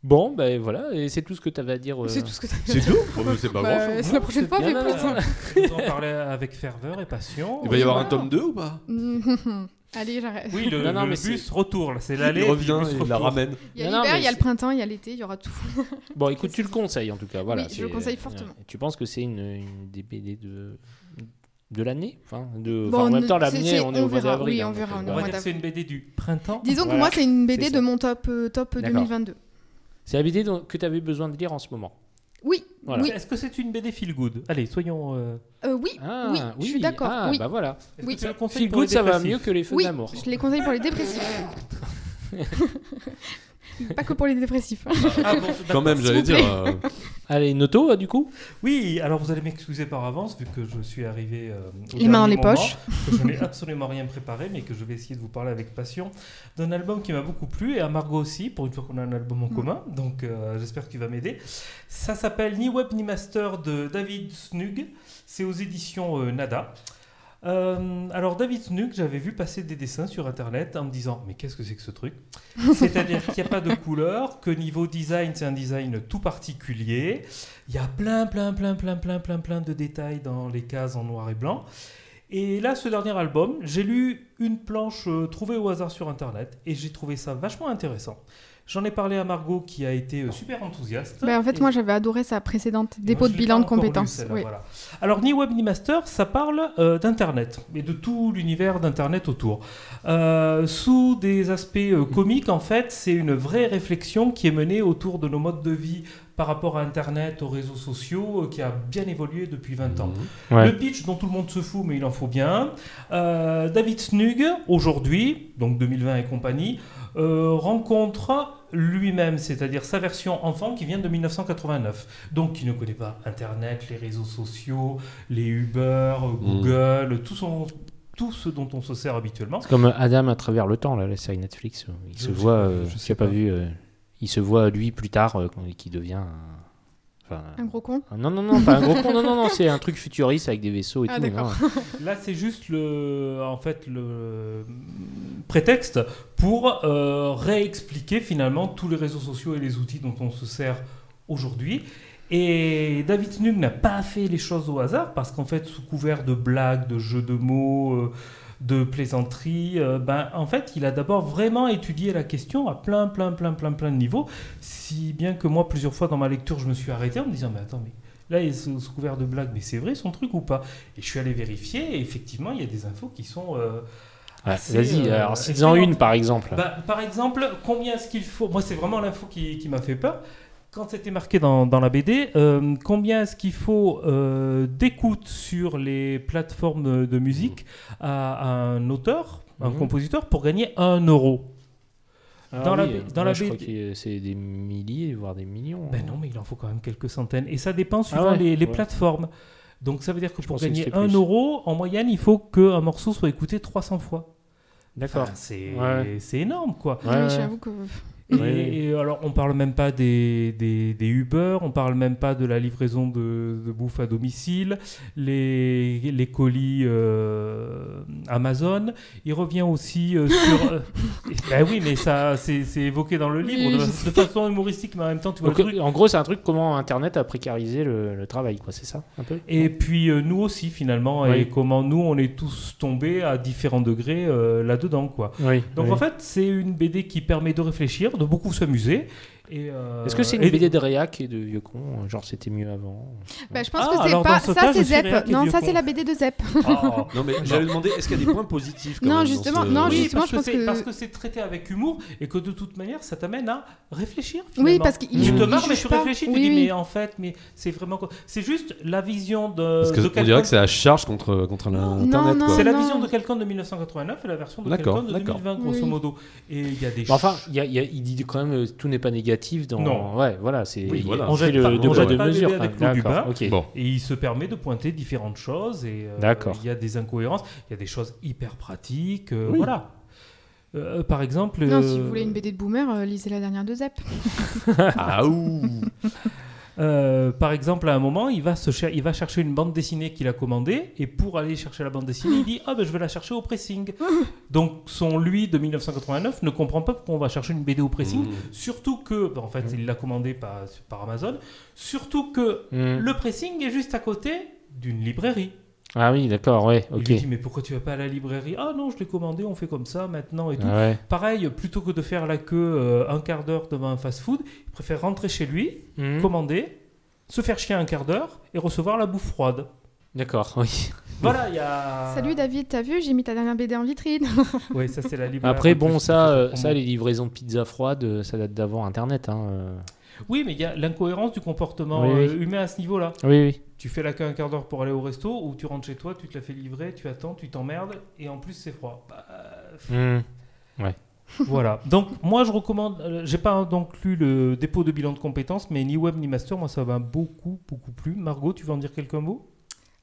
Bon, ben voilà, et c'est tout ce que tu avais à dire. euh.
C'est tout ce que ça
C'est tout Oh, mais C'est pas
Bah,
grand
c'est la prochaine fois,
bien,
mais
non, non,
plus.
Tu nous en parlais avec ferveur et passion.
Il va y avoir un tome 2 ou pas
Mhm. Allez, j'arrête.
Oui, le,
Non, non,
le
mais
bus retourne. C'est
Il
l'allée.
revient
le bus
et il la
retourne.
ramène.
Il y a
Non, non,
l'hiver,
mais
il y a le
c'est-
printemps, il y a l'été, il y aura tout.
Bon, écoute, tu le conseilles en tout cas. Voilà,
Oui, je
c'est- euh,
le conseille fortement.
Tu penses que c'est une, une des BD de, de l'année enfin, de...
Bon,
enfin, En même
ne-
temps,
c'est-
l'année,
c'est-
on est
on
au mois
verra,
d'avril. hein,
oui, on
donc, euh,
verra, on est
On
voilà.
va dire que c'est une BD du printemps.
Disons que
Voilà.
moi, c'est une
C'est
BD
ça.
de mon top, euh, top
D'accord.
2022.
C'est la BD dont- que tu avais besoin de lire en ce moment.
Oui,
Voilà.
oui,
Est-ce que c'est une BD feel good Allez, soyons. euh,
euh, oui,
Ah,
oui, je suis d'accord.
Ah,
oui,
bah voilà.
est-ce
Oui.
que tu le conseilles
Feel
pour les
good, ça va
dépressifs
mieux que les feux
oui,
d'amour.
je les conseille pour les dépressifs. Pas que pour les dépressifs. hein.
Ah bon, d'accord.
Quand même, j'allais
s'il
dire.
vous
euh,
Allez, Noto, euh, du coup
Oui, alors vous allez m'excuser par avance, vu que je suis arrivé. euh, au
Les mains dans
dernier
les
moment,
poches.
que je n'ai absolument rien préparé, mais que je vais essayer de vous parler avec passion d'un album qui m'a beaucoup plu, et à Margot aussi, pour une fois qu'on a un album en
Mm.
commun, donc euh, j'espère que tu vas m'aider. Ça s'appelle Ni Web ni Master de David Snug, c'est aux éditions euh, Nada. Euh, alors David Snug, j'avais vu passer des dessins sur internet en me disant mais qu'est-ce que c'est que ce truc C'est-à-dire qu'il n'y a pas de couleur, que niveau design c'est un design tout particulier, il y a plein plein plein plein plein plein plein de détails dans les cases en noir et blanc. Et là, ce dernier album, j'ai lu une planche euh, trouvée au hasard sur Internet et j'ai trouvé ça vachement intéressant. J'en ai parlé à Margot qui a été euh, super enthousiaste.
Bah, en fait,
Et-
moi, j'avais adoré sa précédente dépôt
moi,
de
je l'ai
bilan
pas
de
encore lu,
compétences.
celle-là,
Oui.
voilà. Alors, ni web ni master, ça parle euh, d'Internet et de tout l'univers d'Internet autour. Euh, sous des aspects euh, comiques, en fait, c'est une vraie réflexion qui est menée autour de nos modes de vie par rapport à Internet, aux réseaux sociaux, euh, qui a bien évolué depuis 20 ans.
Mhm.
Ouais.
Le pitch dont tout le monde se fout, mais il en faut bien. Euh, David Snug Hugues, aujourd'hui, donc 2020 et compagnie, euh, rencontre lui-même, c'est-à-dire sa version enfant qui vient de 1989, donc qui ne connaît pas Internet, les réseaux sociaux, les Uber, euh, Google, tout, son- tout ce dont on se sert habituellement.
C'est comme Adam à travers le temps, là, la série Netflix. Il
Je
se
sais
voit,
pas,
euh,
je
tu
sais
as pas,
pas.
vu, euh, il se voit lui plus tard euh, quand- qui devient. un- Enfin,
Un gros con.
un- non, non, non, pas un gros con, non, non, non, c'est un truc futuriste avec des vaisseaux et
Ah,
tout.
d'accord.
non.
Là, c'est juste le, en fait, le prétexte pour euh, réexpliquer finalement tous les réseaux sociaux et les outils dont on se sert aujourd'hui. Et David Snug n'a pas fait les choses au hasard parce qu'en fait, sous couvert de blagues, de jeux de mots, euh, de plaisanteries, euh, ben, en fait, il a d'abord vraiment étudié la question à plein, plein, plein, plein, plein de niveaux. Si bien que moi, plusieurs fois dans ma lecture, je me suis arrêté en me disant, mais attends, mais là, il est sous sous couvert de blagues, mais c'est vrai son truc ou pas Et je suis allé vérifier, et effectivement, il y a des infos qui sont... euh,
Ouais,
assez,
Vas-y,
euh,
alors cite-en une
excellentes.
par exemple.
Bah, par exemple, combien est-ce qu'il faut Moi, c'est vraiment l'info qui, qui m'a fait peur. Quand c'était marqué dans, dans la BD, euh, combien est-ce qu'il faut euh, d'écoute sur les plateformes de musique à, à un auteur, un
Mhm.
compositeur, pour gagner un euro
Ah
dans la
oui,
B-
euh,
dans
ouais,
la
je crois
BD.
que c'est des milliers, voire des millions.
Ben non, mais il en faut quand même quelques centaines. Et ça dépend suivant
Ah ouais,
les, les
ouais.
plateformes. Donc ça veut dire que pour
pensais que
gagner
c'était
un
plus.
euro, en moyenne, il faut qu'un morceau soit écouté 300 fois.
D'accord.
Enfin, c'est
Ouais.
c'est énorme, quoi.
Ouais,
Ah oui,
ouais.
J'avoue que.
Et,
Oui, oui.
et alors, on parle même pas des, des, des Uber, on parle même pas de la livraison de, de bouffe à domicile, les, les colis euh, Amazon. Il revient aussi euh, sur. euh, bah oui, mais ça, c'est c'est évoqué dans le livre
Oui,
de,
je
de façon humoristique, mais en même temps, tu vois
Donc,
le truc.
en gros, c'est un truc comment Internet a précarisé le, le travail, quoi, c'est ça un peu
Et puis euh, nous aussi finalement, et
Oui.
comment nous on est tous tombés à différents degrés euh, là-dedans quoi.
Oui.
Donc
oui.
en fait c'est une BD qui permet de réfléchir, de beaucoup s'amuser. et, euh,
Est-ce que c'est une
et-
BD de réac et de vieux cons euh, Genre c'était mieux avant
Bah, je pense
Ah,
que c'est
alors,
pas.
dans ce
ça,
cas, je
c'est
suis réel
Zep.
qui est
Non,
vieux
ça,
con.
c'est la BD de Zep.
Ah.
Non, mais j'allais demander, est-ce qu'il y a des points positifs quand
Non,
même,
justement,
dans ce-
non,
oui,
Ah, justement,
parce
je pense
c'est-
que-
parce que c'est traité avec humour et que de toute manière, ça t'amène à réfléchir. Finalement.
Oui, parce qu'il.
tu
il-
te
il
marres, mais
juge
tu
pas.
réfléchis, tu
Oui,
dis,
oui.
mais en fait, mais c'est vraiment quoi C'est juste la vision de.
Parce que
de
on
quelqu'un-
dirait que c'est à charge contre, contre l'Internet.
non,
quoi.
c'est la
non.
vision de quelqu'un de 1989 et la version de
D'accord,
quelqu'un de
d'accord.
2020, grosso
Oui.
modo. Et il y a des
Bon, Enfin, il y a- il y a- il dit quand même euh, tout n'est pas négatif dans.
Non.
Ouais, voilà, c'est.
Oui,
il-
voilà.
On
On
fait
jette
le
pas-
deux
on
poids,
jette
deux
pas le
mesures.
bébé avec
quand
l'eau
même.
du
D'accord,
bain.
ok.
Bon.
Et il se permet de pointer différentes choses. Et euh,
D'accord.
Il y a des incohérences, il y a des choses hyper pratiques. euh,
Oui.
Voilà. Euh, par exemple.
Non, si
euh,
vous voulez une BD de boomer, euh, lisez la dernière de Zep.
Ah ouh
Euh, par exemple, à un moment, il va, se cher- il va chercher une bande dessinée qu'il a commandée, et pour aller chercher la bande dessinée, il dit Ah, ben je vais la chercher au pressing. Donc, son lui de 1989 ne comprend pas pourquoi on va chercher une BD au pressing,
Mmh.
surtout que, ben, en fait, il l'a commandée par, par Amazon, surtout que
Hmm.
le pressing est juste à côté d'une librairie.
Ah oui, d'accord, ouais,
Il
ok.
lui dit Mais pourquoi tu vas pas à la librairie Ah non, je l'ai commandé, on fait comme ça maintenant et tout.
Ah ouais.
Pareil, plutôt que de faire la queue euh, un quart d'heure devant un fast-food, il préfère rentrer chez lui
Hmm.
commander, se faire chier un quart d'heure et recevoir la bouffe froide.
D'accord, oui.
Voilà, il y a.
Salut David, t'as vu, j'ai mis ta dernière BD en vitrine.
Oui, ça c'est la librairie.
Après, bon,
Parce que
ça,
c'est
euh,
pour
ça,
moi.
les livraisons de pizza froide, euh, ça date d'avant Internet. Hein. euh.
Oui, mais il y a l'incohérence du comportement
Oui, oui.
euh, humain à ce niveau-là.
Oui, oui.
Tu fais la queue un quart d'heure pour aller au resto ou tu rentres chez toi, tu te la fais livrer, tu attends, tu t'emmerdes et en plus c'est froid. Bah,
Hmm.
voilà. Donc moi je recommande. euh, J'ai pas donc lu le dépôt de bilan de compétences, mais ni web ni master, moi ça m'a beaucoup beaucoup plu. Margot, tu veux en dire quelques mots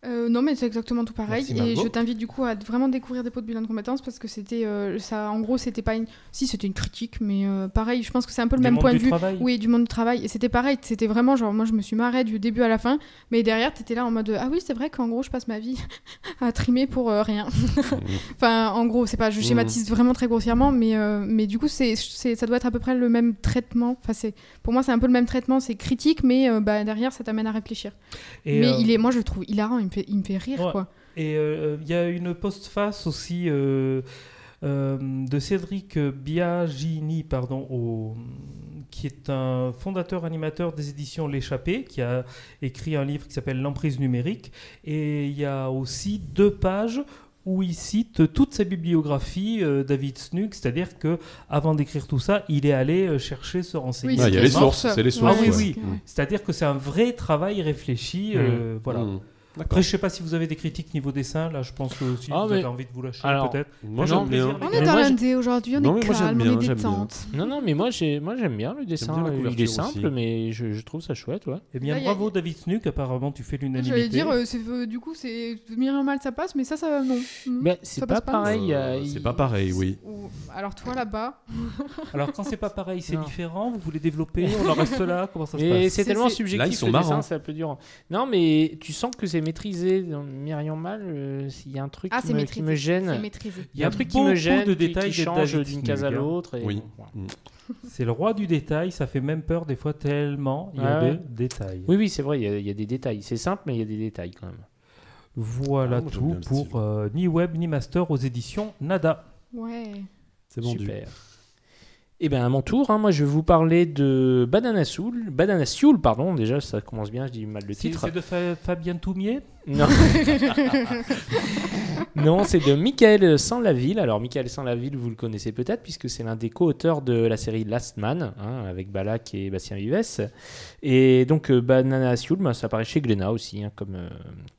Euh, non, mais c'est exactement tout pareil.
Merci,
et
Margot.
je t'invite du coup à vraiment découvrir des pots de bilan de compétences parce que c'était euh, ça. En gros, c'était pas une. Si, c'était une critique, mais euh, pareil, je pense que c'est un peu le
Du
même
monde
point
du
de vue.
travail
Oui, du monde du travail. Et c'était pareil. C'était vraiment genre, moi, je me suis marrée du début à la fin. Mais derrière, t'étais là en mode Ah oui, c'est vrai qu'en gros, je passe ma vie à trimer pour euh, rien. enfin, en gros, c'est pas.
Mmh.
Je schématise vraiment très grossièrement, mais, euh, mais du coup, c'est, c'est, ça doit être à peu près le même traitement. Enfin, c'est, pour moi, c'est un peu le même traitement. C'est critique, mais euh, bah, derrière, ça t'amène à réfléchir.
Et,
mais
euh,
il est, moi, je le trouve hilarant. Il me fait, il me fait rire,
Ouais.
quoi.
Et il y a une postface aussi euh, euh, de Cédric Biagini, pardon, au- qui est un fondateur animateur des éditions L'échappée, qui a écrit un livre qui s'appelle L'emprise numérique. Et il y a aussi deux pages où il cite toute sa bibliographie euh, David Snug, c'est-à-dire que avant d'écrire tout ça, il est allé euh, chercher, se renseigner.
Oui,
Ah, il y a
c'est
les
ça.
sources, c'est les
Ah
sources.
oui,
ouais.
Mmh.
oui. C'est-à-dire que c'est un vrai travail réfléchi, euh, voilà.
Mm.
Après, je sais pas si vous avez des critiques niveau dessin. Là, je pense que si
Ah,
vous
mais-
avez envie de vous lâcher,
Alors,
peut-être.
Moi,
Non,
j'aime bien.
On
Mais
est dans
moi,
l'indé aujourd'hui, on
Non,
est
mais moi, j'aime
calme,
bien,
on est
j'aime bien.
détente.
Non, non, mais moi j'ai- moi, j'aime bien le dessin. euh,
bien la
Il est
couverture
simple,
aussi.
mais je, je trouve ça chouette. Ouais.
Eh bien,
Là, y a-
bravo David Snuck. Apparemment, tu fais l'unanimité.
J'allais dire, euh, c'est- euh, du coup, c'est Myriam mal, ça passe, mais ça, ça non. Hmm.
Bah, c'est
Ça
pas,
passe pas.
pareil. il y a-
Euh,
il-
C'est pas pareil, oui.
Ou- Alors toi là-bas,
Alors, quand c'est pas pareil, c'est
Non.
différent. Vous voulez développer On en reste là Comment ça se
Mais
passe
c'est
C'est-
tellement
c'est-
subjectif.
Là, ils sont
le dessin,
marrants.
c'est un peu dur. Non, mais tu sens que c'est maîtrisé. Dans Myriam Mal, euh, s'il y a un truc
Ah,
qui,
c'est
me,
maîtrisé.
qui me
c'est
gêne.
maîtrisé.
Il y a un truc qui me
beaucoup
gêne,
de
qui-
détails
qui
de
change
David
d'une
Snuck,
case à
hein.
l'autre. et
Oui.
voilà.
C'est le roi du détail. Ça fait même peur des fois tellement il y a
Ah Ouais, ouais.
de détails.
Oui, oui, c'est vrai, il y a- il y, a des détails. C'est simple, mais il y a des détails quand même.
Voilà
Ah, moi, j'aime
tout
bien le style.
pour euh, ni web ni master aux éditions Nada.
Ouais.
C'est
Super. Eh bien, à mon tour, hein, moi je vais vous parler de Banana Soul. Banana Soul, pardon, déjà ça commence bien, je dis mal le
C'est
titre.
c'est de Fa- Fabien Toumier.
Non. non, c'est de Michael Sanlaville. Alors, Michael Sanlaville, vous le connaissez peut-être, puisque c'est l'un des co-auteurs de la série Last Man, hein, avec Balak et Bastien Vives. Et donc, euh, Banana Soul, bah, ça apparaît chez Glénat aussi, hein, comme euh,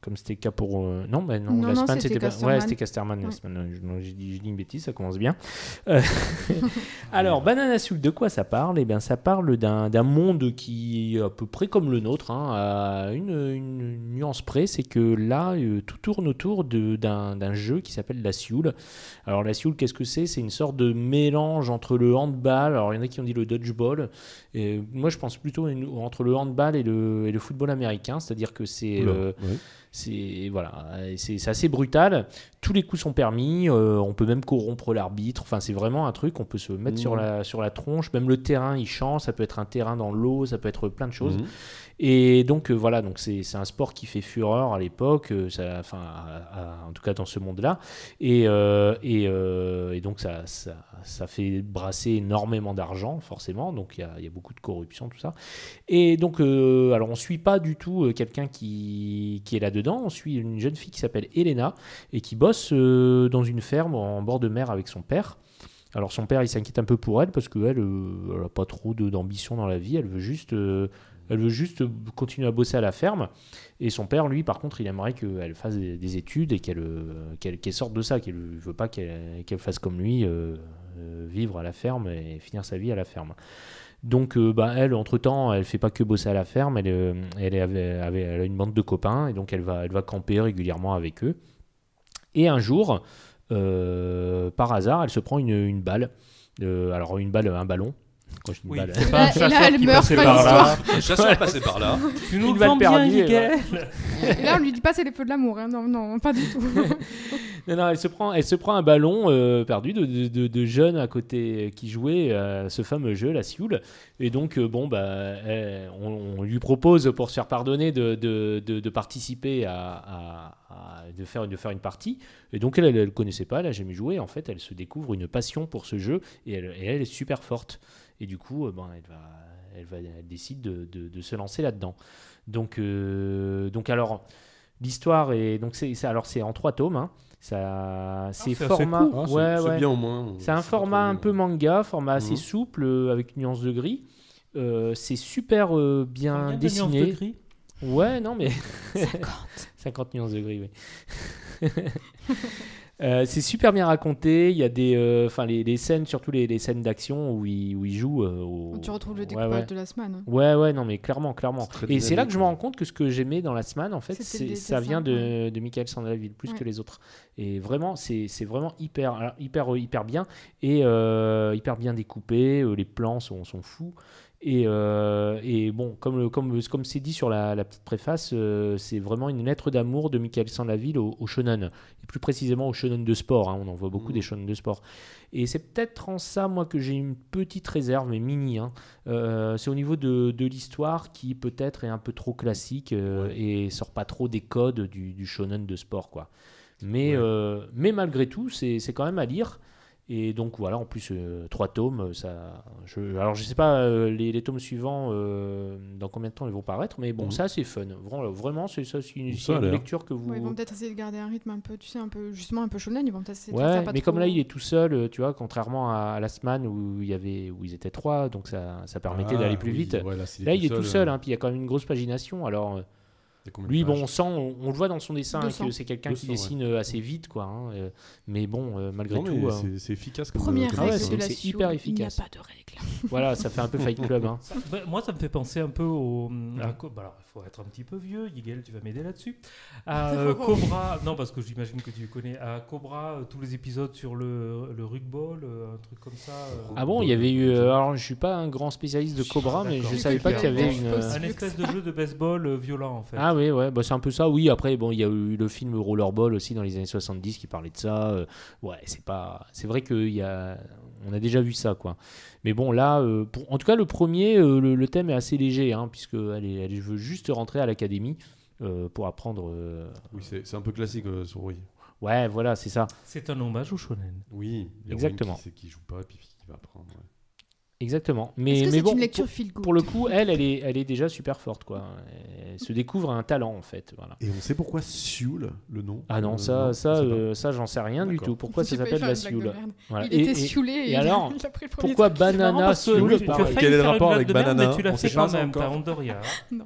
comme c'était le cas pour. euh, Non, bah, non,
Non,
Last Man,
non, c'était
c'était pas.
Casterman.
Ouais, c'était Casterman.
Ouais.
Last Man. Euh, je- non, J'ai dit, j'ai dit une bêtise, ça commence bien. Euh, Alors, Banana Soul, de quoi ça parle Eh bien, ça parle d'un d'un monde qui est à peu près comme le nôtre, hein, à une, une nuance près, c'est que là, euh, tout tourne autour de- d'un d'un jeu qui s'appelle la Sioule. Alors, la Sioule, qu'est-ce que c'est C'est une sorte de mélange entre le handball, alors il y en a qui ont dit le dodgeball, et moi je pense plutôt à une- entre le handball et le, et le football américain, c'est-à-dire que c'est...
Oula,
euh,
ouais.
c'est voilà, et c'est c'est assez brutal. Tous les coups sont permis. euh, on peut même corrompre l'arbitre. Enfin, c'est vraiment un truc. On peut se mettre sur la sur la tronche. Même le terrain, il change. Ça peut être un terrain dans l'eau. Ça peut être plein de
Mmh.
choses.
Mhm.
Et donc euh, voilà, donc c'est c'est un sport qui fait fureur à l'époque, euh, ça- enfin à- à- en tout cas dans ce monde-là, et, euh, et, euh, et donc ça, ça, ça fait brasser énormément d'argent forcément, donc il y a- il y, a beaucoup de corruption tout ça. Et donc euh, alors on suit pas du tout euh, quelqu'un qui, qui est là dedans, on suit une jeune fille qui s'appelle Elena et qui bosse euh, dans une ferme en bord de mer avec son père. Alors son père, il s'inquiète un peu pour elle parce qu'elle, euh, elle a pas trop de- d'ambition dans la vie, elle veut juste euh, elle veut juste continuer à bosser à la ferme. Et son père, lui, par contre, il aimerait qu'elle fasse des, des études et qu'elle euh, qu'elle- qu'elle sorte de ça, qu'elle ne veut pas qu'elle qu'elle fasse comme lui, euh, euh, vivre à la ferme et finir sa vie à la ferme. Donc, euh, bah, elle, entre-temps, elle fait pas que bosser à la ferme, elle, euh, elle, est avec- avec- elle a une bande de copains, et donc elle va, elle va camper régulièrement avec eux. Et un jour, euh, par hasard, elle se prend une, une balle. Euh, alors, une balle, un ballon. Quand je dis une
Oui.
balle-
Et là, et là, elle meurt, fin
par là.
d'histoire.
Un chasseur passé par là.
Tu nous
Une
le
balle
vends bien,
perdue, et
Miguel.
Et là, on lui dit pas c'est les feux de l'amour. hein. Non, non, pas du tout.
Non, non, elle se prend, elle se prend un ballon euh, perdu de, de, de- de jeunes à côté euh, qui jouaient à ce fameux jeu, la Sioule. Et donc, euh, bon, bah, elle- on, on lui propose pour se faire pardonner de, de, de- de participer à, à- à- de, faire, de faire une partie. Et donc, elle, elle ne connaissait pas, elle n'a jamais joué. En fait, elle se découvre une passion pour ce jeu et elle, et elle est super forte. Et du coup, euh, ben, elle, va, elle, va, elle décide de, de- de se lancer là-dedans. Donc, euh, donc, alors, l'histoire est. Donc, c'est, c'est- alors, c'est en trois tomes. hein. Ça, c'est
c'est assez
format.
Ah, c'est-
ouais,
c'est
ouais.
bien au moins.
C'est un format un peu manga, format assez
Mhm.
souple, euh, avec une nuance de gris. Euh, c'est super euh, bien
Combien de nuances de
dessiné.
gris
ouais, non, mais
50.
50 nuances de gris, oui. Euh, c'est super bien raconté. Il y a des, euh, enfin les, les scènes, surtout les, les scènes d'action où il, où il joue. euh, au-
Tu retrouves le
Ouais,
découpage
ouais.
de la semaine. hein.
Ouais, ouais, non, mais clairement, clairement.
C'est très
Et c'est là
dynamique,
que je me rends compte que ce que j'aimais dans la semaine, en fait,
C'était
c'est-
des
ça
dessins,
vient de, de Michael Sandalaville plus
Ouais.
que les autres. Et vraiment, c'est c'est vraiment hyper, alors, hyper, euh, hyper bien et euh, hyper bien découpé. euh, Les plans sont, sont fous. Et, euh, et bon, comme le- comme comme c'est dit sur la, la petite préface, euh, c'est vraiment une lettre d'amour de Michael Sandalaville au, au shonen, et plus précisément au shonen de sport. hein. On en voit beaucoup
Mhm.
des shonen de sport. Et c'est peut-être en ça, moi, que j'ai une petite réserve, mais mini. hein. Euh, c'est au niveau de, de l'histoire qui peut-être est un peu trop classique euh, et sort pas trop des codes du, du shonen de sport, quoi. Mais,
Ouais.
euh, mais malgré tout, c'est c'est quand même à lire. Et donc voilà, en plus, euh, trois tomes, ça... Je, alors je sais pas euh, les, les tomes suivants, euh, dans combien de temps ils vont paraître, mais bon,
Mhm.
ça c'est fun. Vra- Vraiment, c'est ça, c'est une,
Ça
c'est
a
une
l'air.
lecture que vous...
Ouais, ils vont peut-être essayer de garder un rythme un peu, tu sais, un peu justement un peu shonen. Ils vont peut-être essayer de faire
Ouais,
ça pas
mais comme
trop-
là il est tout seul, euh, tu vois, contrairement à, à Last Man où, il y avait, où ils étaient trois,
Ah
donc ça, ça permettait d'aller plus vite.
là,
Là, il est tout seul,
euh,
hein, puis il y a quand même une grosse pagination. Alors, euh,
combien de
Lui, bon,
pages
on sent, on, on le voit dans son dessin hein,
200.
que c'est quelqu'un
200,
qui
ouais.
dessine euh, assez vite, quoi. hein, euh, mais bon, euh, malgré
Non, mais
tout.
c'est- c'est efficace comme-
euh,
Première
comme
Ah ouais,
règle
dessin.
de
c'est-
la
c'est
SEO,
hyper
il n'y a
efficace.
pas de règle.
euh, Voilà, ça fait un peu Fight Club. hein.
Bah, Moi, ça me fait penser un peu au. à co- bah, alors, il faut être un petit peu vieux. Yigel, tu vas m'aider là-dessus. À euh, Cobra. Non, parce que j'imagine que tu connais. À Cobra, euh, tous les épisodes sur le, le rugball, euh, un truc comme ça. euh,
Ah bon, il y avait eu. euh, alors, je suis pas un grand spécialiste de Cobra, mais
D'accord.
je savais pas qu'il y avait une. euh,
Un espèce de jeu de baseball euh, violent, en fait.
Ah oui, ouais, bah, c'est un peu ça. Oui, après, bon, il y a eu le film Rollerball aussi dans les années 70 qui parlait de ça. euh, ouais, c'est pas. C'est vrai qu'il y a. On a déjà vu ça, quoi. Mais bon, là, euh, pour- en tout cas, le premier, euh, le, le thème est assez léger, hein, puisque elle, est- elle veut juste rentrer à l'académie euh, pour apprendre. euh,
Oui, c'est c'est un peu classique, euh, sur- oui.
Ouais, voilà, c'est ça.
C'est un hommage au shonen.
Oui, l'héroïne
Exactement.
Qui, c'est- qui joue pas et puis qui va apprendre. ouais.
Exactement.
Est-ce
Mais,
que
mais
c'est
bon,
une lecture
pour,
feel good
pour le coup, elle, elle est, elle est déjà super forte, quoi. Elle se découvre un talent, en fait. Voilà.
Et on sait pourquoi Sioul, le nom
Ah non,
euh,
ça,
on
ça,
sait pas.
euh, ça, j'en sais rien du
D'accord.
tout. Pourquoi ça
J'ai failli
s'appelle
faire
la
une blague
Sioul
de merde.
Voilà.
Il
Et-
était
et-
siulé et,
et
il a-
alors,
il a pris le premier
Pourquoi
Ah,
C'est marrant
Banana
parce que
Sioul
tu as
pareil
failli
Quel est le
faire une
rapport
blague
avec
de merde,
Banana
mais Tu l'as
On
fait
sait
quand
pas ça
même, t'as
encore.
Andoria.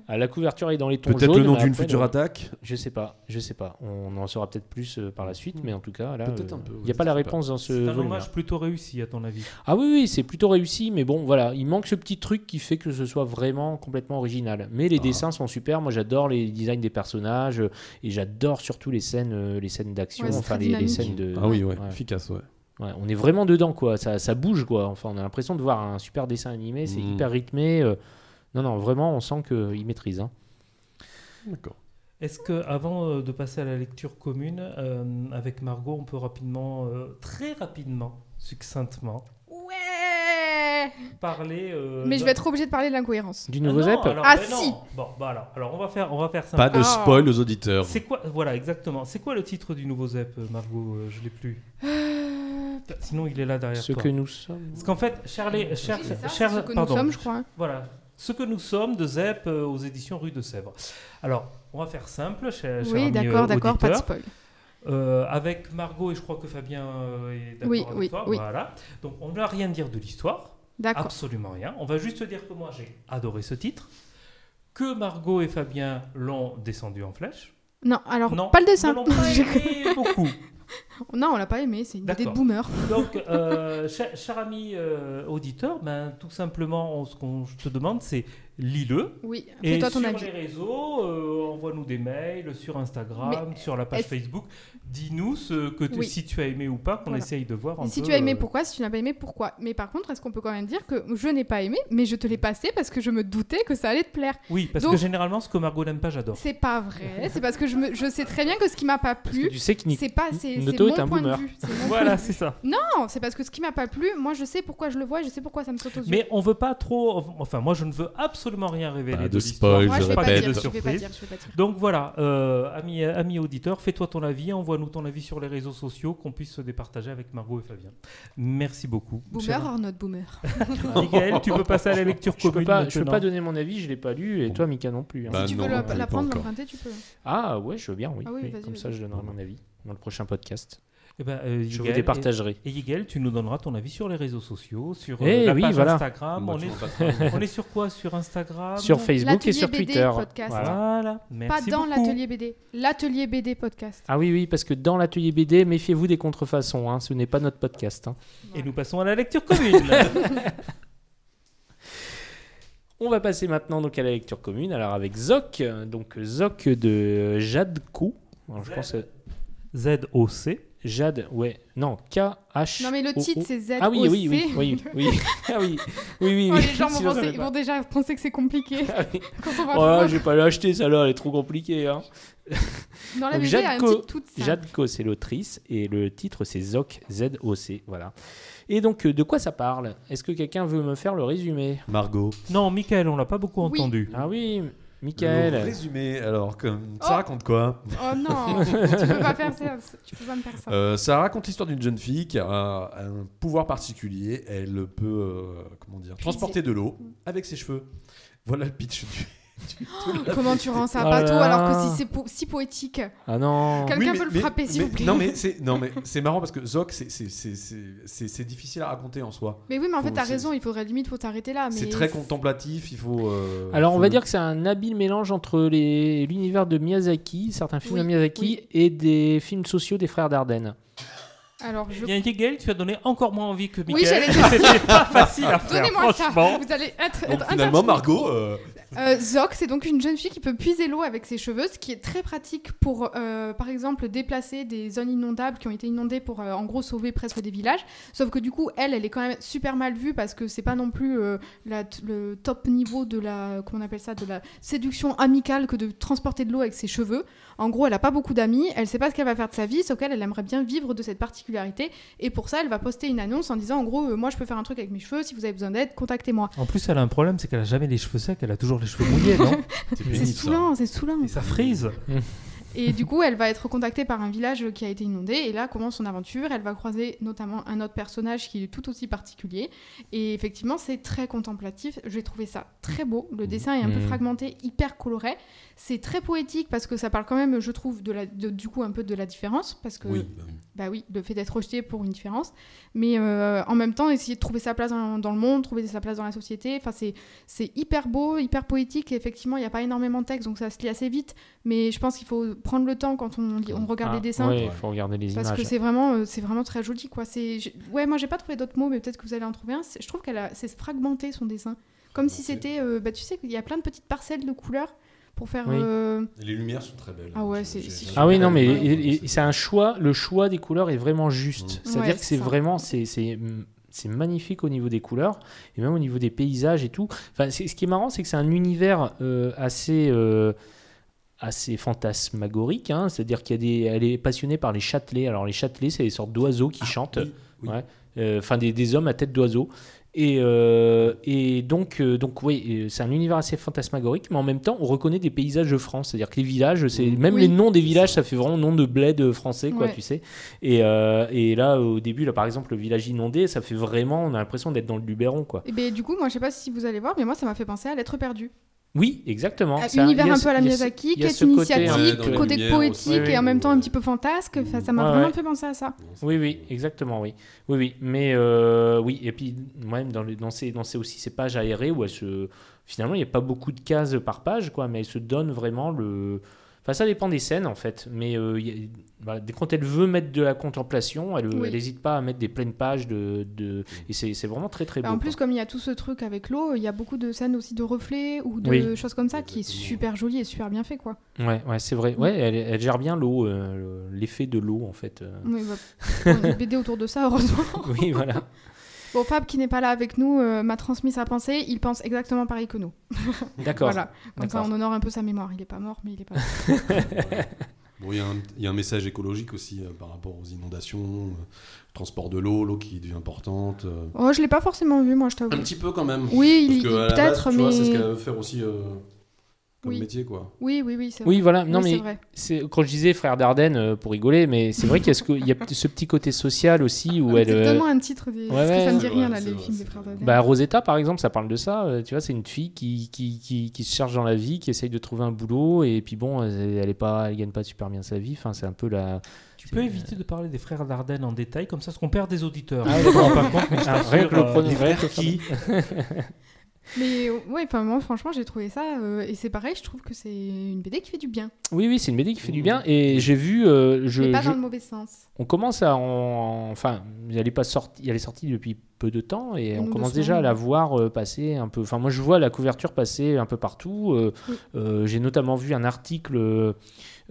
Ah, La couverture est dans les tons
Peut-être
jaunes,
le nom
mais
d'une
bah, après, euh,
future
le-
attaque
Je sais pas, je sais pas. On en saura peut-être plus euh, par la suite, mais en tout cas, là,
Peut-être un peu,
il
ouais,
n'y euh, a pas la
je sais pas.
réponse dans ce
C'est un
volume.
hein.
hommage plutôt réussi, à ton avis.
Ah oui, oui, c'est plutôt réussi, mais bon, voilà, il manque ce petit truc qui fait que ce soit vraiment complètement original. Mais
Ah.
les dessins sont super. Moi, j'adore les designs des personnages euh, et j'adore surtout les scènes, euh, les scènes d'action,
Ouais, c'est
enfin
très
les, les
dynamique.
scènes de.
Ah oui, ouais,
Ouais.
efficace, ouais.
Ouais, on est vraiment dedans, quoi. Ça, ça bouge, quoi. Enfin, on a l'impression de voir un super dessin animé. C'est
Mhm.
hyper rythmé. euh, Non, non, vraiment, on sent qu'il maîtrise. hein.
D'accord.
Est-ce que, avant euh, de passer à la lecture commune, euh, avec Margot, on peut rapidement, euh, très rapidement, succinctement,
Ouais
parler. euh,
Mais je
d'un-
vais être obligée de parler de l'incohérence.
Du
Ah
nouveau
non,
Zep
alors,
Ah
ben non.
si.
Bon, bah alors, alors on va faire, on va faire ça.
Pas de
Ah.
spoil aux auditeurs.
C'est quoi, voilà, exactement. C'est quoi le titre du nouveau Zep, euh, Margot euh, Je l'ai plus. Sinon, il est là derrière
Ce
toi.
que nous sommes.
Parce qu'en fait, Charlie, Cher,
Oui, Euh, c'est ça,
Cher-
c'est ce que nous
pardon,
sommes, je crois. hein.
Voilà. Ce que nous sommes de ZEP euh, aux éditions Rue de Sèvres. Alors, on va faire simple, cher, cher
Oui,
ami,
d'accord,
euh,
d'accord, pas de
auditeur.
spoil.
Euh, avec Margot et je crois que Fabien euh, est d'accord
Oui,
avec
oui,
toi.
oui.
Voilà. Donc, on ne va rien dire de l'histoire,
D'accord.
absolument rien. On va juste dire que moi, j'ai adoré ce titre, que Margot et Fabien l'ont descendu en flèche.
Non, alors,
non,
pas le dessin.
ne l'ont pas
J'ai-
aimé beaucoup.
non, on l'a pas aimé, c'est une idée de
D'accord.
boomer.
Donc, euh, cher, cher ami euh, auditeur, ben, tout simplement, on- ce qu'on je te demande, c'est lis-le.
Oui,
Et
fais-toi ton
sur
avis.
les réseaux, euh, envoie-nous des mails sur Instagram, sur la page
est-ce-
Facebook. Dis-nous ce que tu-
Oui.
si tu as aimé ou pas, qu'on
Voilà.
essaye de voir. un
Si
peu,
tu as aimé,
euh,
pourquoi Si tu n'as pas aimé, pourquoi Mais par contre, est-ce qu'on peut quand même dire que je n'ai pas aimé, mais je te l'ai passé parce que je me doutais que ça allait te plaire
Oui, parce
Donc-
que généralement, ce que Margot n'aime pas, j'adore.
C'est pas vrai. C'est parce que je, me- je sais très bien que ce qui m'a pas
Parce que
plu,
tu sais qu'il
c'est pas c'est c'est
Noto
mon
est un
point
boomer.
de vue. c'est mon
Voilà, c'est ça.
Non, c'est parce que ce qui m'a pas plu, moi je sais pourquoi je le vois et je sais pourquoi ça me saute aux yeux.
Mais on veut pas trop. Enfin, moi, je ne veux absolument rien révéler
Pas
de,
de
l'histoire.
spoil,
moi je vais,
Pas
pas
de
dire, je vais pas
surprise.
dire, je vais pas dire.
Donc voilà, euh, ami, ami auditeur, fais-toi ton avis, envoie-nous ton avis sur les réseaux sociaux, qu'on puisse se départager avec Margot et Fabien. Merci beaucoup.
Boomer
Cher-
or not boomer
Miguel, tu peux passer à la lecture
Je peux,
commune
pas, je peux
maintenant.
pas donner mon avis, je l'ai pas lu, et toi, Mika, non plus. hein.
Bah,
Si tu
non,
veux
on
la,
peut pas
la prendre,
encore.
l'emprunter, tu peux.
Ah ouais, je veux bien, oui.
Ah oui,
Oui,
vas-y,
comme ça,
vas-y.
je donnerai mon avis dans le prochain podcast.
Eh ben, euh,
Je
Miguel,
vous
et-
départagerai.
Et Yigel, tu nous donneras ton avis sur les réseaux sociaux, sur euh,
Eh
la
oui,
page
voilà.
Instagram.
Moi,
on,
tu
est,
m'en passeras.
on est sur quoi Sur Instagram
Sur Facebook et
L'atelier
sur
BD
Twitter.
podcast.
Voilà.
Voilà. Merci
pas dans
beaucoup.
l'atelier BD, l'atelier BD podcast.
Ah oui, oui, parce que dans l'atelier BD, méfiez-vous des contrefaçons, hein, ce n'est pas notre podcast. hein.
Et nous passons à la lecture commune.
On va passer maintenant donc à la lecture commune, alors avec Zoc, donc Zoc de Jade Co. Alors, je
Zed.
pense euh,
ZOC.
Jade, ouais, non, K-H.
Non mais le titre c'est Z
Ah oui, oui, oui, oui, oui, ah oui, oui, oui,
Oh,
oui.
les gens vont,
sinon, ça
penser-
va
ils
pas.
vont déjà penser que c'est compliqué
Ah oui.
quand on va
Oh,
voir.
j'ai pas l'acheter, ça là, elle est trop compliquée. Hein.
Dans la
Donc,
BD, il y a un
Jadko-
titre tout ça.
Jade Co, c'est l'autrice, et le titre, c'est Zoc, Z-O-C, voilà. Et donc, euh, de quoi ça parle Est-ce que quelqu'un veut me faire le résumé
Margot.
Non, Michael, on l'a pas beaucoup
Oui.
entendu.
Ah oui,
Le
Michael.
Résumé, alors, que-
Oh.
ça raconte quoi
Oh non, tu peux pas faire ça. Tu peux pas me faire ça.
Euh, ça raconte l'histoire d'une jeune fille qui a un, un pouvoir particulier. Elle peut, euh, comment dire, transporter de l'eau avec ses cheveux. Voilà le pitch du,
Comment tu rends ça
Oh là
bateau alors
là.
que si c'est po- si poétique
Ah non.
Quelqu'un
Oui,
peut
mais-
le frapper, s'il
mais-
vous plaît.
Non, mais c'est non, mais c'est marrant parce que Zoc, c'est- c'est- c'est c'est- c'est- c'est difficile à raconter en soi.
Mais oui, mais en fait,
Faut-
t'as
c'est-
raison, il faudrait limite, faut t'arrêter là.
C'est
Ah, mais-
très contemplatif, il faut. euh,
Alors on
faut
va
le-
dire que c'est un habile mélange entre les- l'univers de Miyazaki, certains films
Oui,
de Miyazaki,
oui.
et des films sociaux des frères Dardenne.
Alors, je...
Bien, Yegel, tu as donné encore moins envie que
Oui,
Michael.
j'allais dire.
C'était pas facile à faire,
Donnez-moi ça.
franchement.
Vous allez être,
Donc,
être
finalement,
interdit.
Margot. euh,
Euh, Zoc, c'est donc une jeune fille qui peut puiser l'eau avec ses cheveux, ce qui est très pratique pour, euh, par exemple, déplacer des zones inondables qui ont été inondées pour, euh, en gros, sauver presque des villages. Sauf que du coup, elle, elle est quand même super mal vue parce que c'est pas non plus euh, la t- le top niveau de la, comment on appelle ça, de la séduction amicale que de transporter de l'eau avec ses cheveux. En gros, elle a pas beaucoup d'amis, elle sait pas ce qu'elle va faire de sa vie, sauf qu'elle, elle aimerait bien vivre de cette particularité. Et pour ça, elle va poster une annonce en disant, en gros, euh, moi, je peux faire un truc avec mes cheveux. Si vous avez besoin d'aide, contactez-moi.
En plus, elle a un problème, c'est qu'elle a jamais les cheveux secs, elle a toujours les cheveux mouillés, non
C'est saoulant, c'est saoulant.
Et ça frise.
Et du coup, elle va être contactée par un village qui a été inondé. Et là commence son aventure. Elle va croiser notamment un autre personnage qui est tout aussi particulier. Et effectivement, c'est très contemplatif. J'ai trouvé ça très beau. Le dessin est un peu
Mhm.
fragmenté, hyper coloré. C'est très poétique parce que ça parle quand même, je trouve, de la, de- du coup, un peu de la différence. Parce que
Oui. bah,
bah oui, le fait d'être rejeté pour une différence, mais euh, en même temps essayer de trouver sa place dans, dans le monde, trouver sa place dans la société. Enfin, c'est c'est hyper beau, hyper poétique. Et effectivement, il n'y a pas énormément de texte, donc ça se lit assez vite. Mais je pense qu'il faut prendre le temps quand on, lit- on regarde
Ah,
les dessins.
ouais, faut regarder les
Parce que
images.
c'est vraiment, euh, c'est vraiment très joli, quoi. C'est, j'ai- ouais, moi j'ai pas trouvé d'autres mots, mais peut-être que vous allez en trouver un. C'est- Je trouve qu'elle a, c'est fragmenté son dessin, comme si c'était, euh, bah tu sais, qu'il y a plein de petites parcelles de couleurs pour faire.
Oui.
euh,
Les lumières sont très belles.
Ah ouais,
J'ai-
c'est-
j'ai-
c'est
j'ai-
Ah oui, non, mais
Ouais,
et- et-
c'est-
c'est un choix. Le choix des couleurs est vraiment juste.
Mm.
C'est-à-dire
Ouais,
que
c'est
c'est
ça.
vraiment, c'est c'est- mm, c'est magnifique au niveau des couleurs et même au niveau des paysages et tout. Enfin, c'est- ce qui est marrant, c'est que c'est un univers euh, assez euh, assez fantasmagorique. hein. C'est-à-dire qu'il y a des, elle est passionnée par les châtelets. Alors les châtelets, c'est des sortes d'oiseaux qui chantent.
Ah oui, oui.
Ouais. Euh, Enfin, des, des hommes à tête d'oiseau. Et, euh, et donc, euh, donc oui, euh, c'est un univers assez fantasmagorique, mais en même temps, on reconnaît des paysages de France. C'est-à-dire que les villages, c'est même
Mm. Oui.
les noms des villages, ça fait vraiment nom de bled euh, français, quoi,
Ouais.
tu sais. Et, euh, et là, au début, là, par exemple, le village inondé, ça fait vraiment, on a l'impression d'être dans le Luberon, quoi.
Et ben du coup, moi je sais pas si vous allez voir, mais moi ça m'a fait penser à l'être perdu.
Oui, exactement.
Un
Ça-
Ah, Euh, univers
il y a
un
ce-
peu à la
il y a ce-
Miyazaki,
il y a
quête
ce côté, euh,
initiatique,
ouais,
côté,
dans les lumières
poétique
aussi.
et en
Oui,
même
oui.
temps un petit peu fantasque. Enfin, ça m'a
Ouais,
vraiment
ouais.
fait penser à ça.
Oui, oui, exactement, oui. Oui, oui, mais euh, oui, et puis même dans, les, dans, ces, dans ces aussi ces pages aérées où elle se... Finalement, il n'y a pas beaucoup de cases par page, quoi, mais elle se donne vraiment le... Enfin, ça dépend des scènes, en fait, mais euh, il y a- voilà, dès- quand elle veut mettre de la contemplation, elle
Oui.
n'hésite pas à mettre des pleines pages de... de- Et c'est c'est vraiment très, très beau.
Bah, en plus,
quoi.
comme il y a tout ce truc avec l'eau, il y a beaucoup de scènes aussi de reflets ou de
Oui.
choses comme ça qui est
Exactement.
super joli et super bien fait, quoi.
Ouais, ouais c'est
Mm.
vrai. Ouais, elle, elle gère bien l'eau, euh, le- l'effet de l'eau, en fait. euh.
Oui, bah, on est BD autour de ça, heureusement.
Oui, voilà.
Bon, Fab, qui n'est pas là avec nous, euh, m'a transmis sa pensée. Il pense exactement pareil que nous.
D'accord.
Voilà. Comme ça,
D'accord.
on honore un peu sa mémoire. Il est pas mort, mais il est pas. mort.
Bon, il y, a un- il y a un message écologique aussi euh, par rapport aux inondations, euh, transport de l'eau, l'eau qui devient importante. euh.
oh, je l'ai pas forcément vu, moi, je
Un
t'avoue.
petit peu quand même.
Oui,
Parce
il-
que,
il-
à la base,
peut-être,
tu
mais.
vois, c'est ce qu'elle veut faire aussi euh, comme
Oui.
métier, quoi.
Oui, oui, oui, c'est vrai.
Oui, voilà. Non,
Oui, c'est
mais
vrai.
C'est- quand je disais frère Dardenne euh, pour rigoler, mais c'est vrai qu'il y a, ce, co- il y a p- ce petit côté social aussi
Ah,
où elle. euh,
Donne-moi un titre des. parce que
ouais,
ça me
ouais,
dit
c'est
rien,
vrai,
là,
c'est
les
vrai,
films des
c'est
frères
vrai.
Dardenne.
bah, Rosetta, par exemple, ça parle de ça. euh, tu vois, c'est une fille qui, qui, qui, qui se cherche dans la vie, qui essaye de trouver un boulot, et puis bon, euh, elle, elle est pas, elle gagne pas super bien sa vie. Enfin, c'est un peu la.
Tu peux éviter de parler des frères Dardenne en détail, comme ça, ce qu'on perd des auditeurs.
Ah,
Ils
d'accord.
s'en rendent pas compte, mais je
Ah, rien
t'assure,
que le
euh,
pronom-
les
rien
frères
que le
qui-
Mais euh, ouais, enfin, moi franchement j'ai trouvé ça euh, et c'est pareil, je trouve que c'est une BD qui fait du bien,
Oui, oui, c'est une BD qui
Mmh.
fait du bien. Et j'ai vu, euh, je,
mais pas
je-
dans le mauvais sens.
on commence à, en- enfin, elle est pas sortie, elle est sortie depuis peu de temps, et
Une ou
on
deux
commence déjà à
semaines.
la voir euh, passer un peu. Enfin, moi, je vois la couverture passer un peu partout. euh,
Oui.
euh, J'ai notamment vu un article. euh,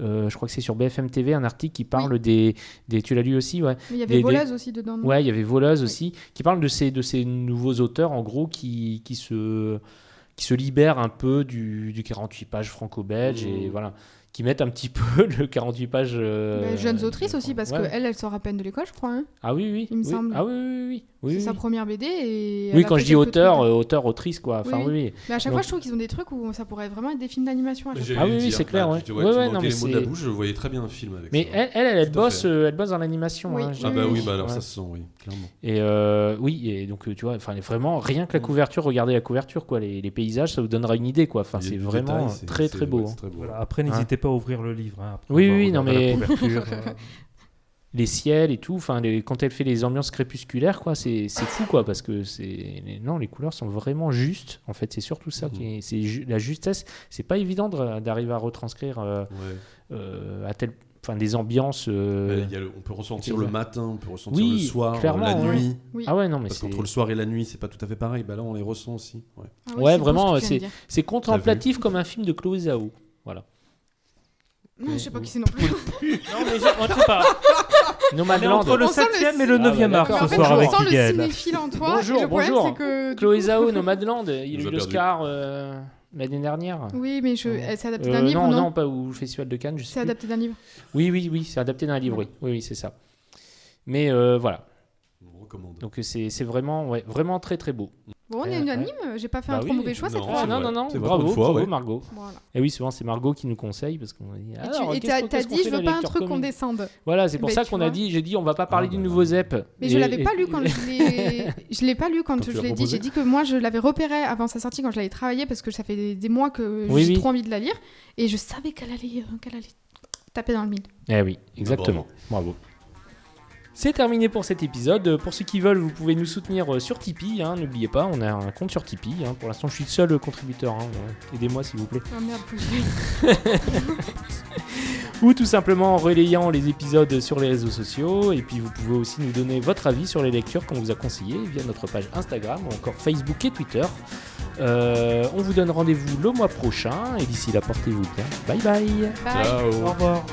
euh, je crois que c'est sur BFM TV, un article qui parle des, des. Tu l'as lu aussi, ouais.
Mais il y avait
Des-
voleuse aussi dedans. non
Ouais, il y avait Voleuse
Mm. Oui.
aussi, qui parle de ces, de ces nouveaux auteurs, en gros, qui, qui se qui se libèrent un peu du, du 48 pages franco-belge et
Mm.
Mmh.
voilà qui mettent un petit peu le 48 pages. euh,
Bah, jeunes autrices aussi, parce
ouais.
qu'elle, elle sort à peine de l'école, je crois. hein.
Ah oui, oui.
Il me
oui.
semble.
Ah oui, oui, oui. Oui,
c'est
oui.
sa première BD. Et
Oui,
elle a
quand
fait
je dis
quelques
auteur,
trucs.
euh, auteur, autrice, quoi. Enfin,
Oui,
oui,
oui.
oui.
Mais à chaque
Donc-
fois, je trouve qu'ils ont des trucs où ça pourrait être vraiment être des films d'animation. à chaque fois.
Ah oui, oui, c'est clair, ouais.
Tu,
Ouais,
tu
ouais,
me
non,
manquais
mais
les mots de la
c'est-
bouche, je voyais très bien un film avec
Mais
ça.
elle, elle, elle, elle
Tout à
bosse,
fait.
euh, elle bosse dans l'animation.
Oui,
hein,
oui,
j'ai-
Ah bah oui, bah alors
Ouais.
ça se sent, oui, clairement.
Et euh, oui, et donc euh, tu vois, enfin vraiment rien
Mm.
que la couverture, regardez la couverture quoi, les, les paysages, ça vous donnera une idée quoi. Enfin
Il y a
c'est
du
vraiment
détail, c'est-
très
c'est-
très beau.
ouais, c'est
hein.
très beau.
Voilà, après,
Hein.
n'hésitez pas à ouvrir le livre. hein, après,
Oui,
on va
oui, non,
regarder la
mais-
couverture, euh,
Les ciels et tout, enfin les- quand elle fait les ambiances crépusculaires quoi, c'est c'est fou quoi parce que c'est les- non les couleurs sont vraiment justes. En fait c'est surtout
Mm.
ça qui est- c'est ju- la justesse. C'est pas évident de- d'arriver à retranscrire euh,
Ouais.
euh, à tel enfin des ambiances. euh,
Il y a le- on peut ressentir le
exact.
matin, on peut ressentir
Oui,
le soir, euh, la
clairement, ouais.
nuit.
Oui.
Ah ouais non mais
Parce
c'est
qu'entre le soir et la nuit, c'est pas tout à fait pareil. Bah là, on les ressent aussi. ouais.
Ah
ouais,
c'est beau
vraiment,
ce que tu viens de
c'est contemplatif comme un film de Chloé Zhao. Voilà.
dire. Ouais, Je sais pas qui c'est non plus.
Non, mais j'ai- on ne sait pas. On est
Nomadland.
entre le
On sent le
7ème et
signe.
le
Ah,
9e
bah,
art
Mais en
ce
fait,
soir
je
avec
sens
Miguel.
le cinéphile en toi.
Bonjour,
et le problème,
bonjour.
c'est que. du
Chloé
coup-
Zhao, Nomadland, il a
Nous
eu
a perdu.
l'Oscar euh, l'année dernière.
Oui, mais je...
Ouais.
elle s'est adaptée
Euh,
d'un livre,
non,
non,
pas au Festival de Cannes, je
C'est
sais plus.
adapté d'un livre.
Oui, oui, oui, c'est adapté d'un livre, oui, oui, oui, c'est ça. Mais euh, voilà,
On recommande.
donc euh, c'est c'est vraiment, ouais, vraiment très très beau.
Bon, on
Ouais,
est
ouais.
unanime, j'ai pas fait un
Bah
trop
oui,
mauvais choix cette
non.
Ah,
fois. hein.
c'est
non,
vrai.
non, non,
C'est vrai pour
bravo,
une fois,
bravo
ouais.
Margot.
Voilà.
Et oui, souvent c'est Margot qui nous conseille parce qu'on dit.
Et tu-
Ah, alors,
Et
qu'est-ce
t'as
qu'on-
t'as
qu'est-ce qu'on
dit,
fait
je
dans
veux
les
pas un
lecteurs
truc qu'on
comics
descende.
Voilà, c'est pour
Ben,
ça
tu
qu'on a
vois.
dit, j'ai dit on va pas parler
Ah,
du
bah,
nouveau
ouais.
ZEP.
Mais
Et-
je l'avais
et-
pas lu quand je l'ai. je l'ai pas lu quand,
Quand tu
je
l'as
l'ai dit.
proposé
J'ai dit que moi, je l'avais repéré avant sa sortie quand je l'avais travaillé parce que ça fait des, des mois que
Oui,
j'ai
oui.
trop envie de la lire et je savais qu'elle allait, euh, qu'elle allait taper dans le mille.
Eh oui, exactement. bravo. C'est terminé pour cet épisode. Euh, Pour ceux qui veulent, vous pouvez nous soutenir euh, sur Tipeee. hein. N'oubliez pas, on a un compte sur Tipeee. hein. Pour l'instant, je suis le seul euh, contributeur. hein. Euh, Aidez-moi, s'il vous plaît.
Oh merde, faut que j'y aille.
Ou tout simplement en relayant les épisodes sur les réseaux sociaux. Et puis, vous pouvez aussi nous donner votre avis sur les lectures qu'on vous a conseillées via notre page Instagram ou encore Facebook et Twitter. Euh, on vous donne rendez-vous le mois prochain. Et d'ici là, portez-vous bien. Bye bye.
Bye.
Au revoir.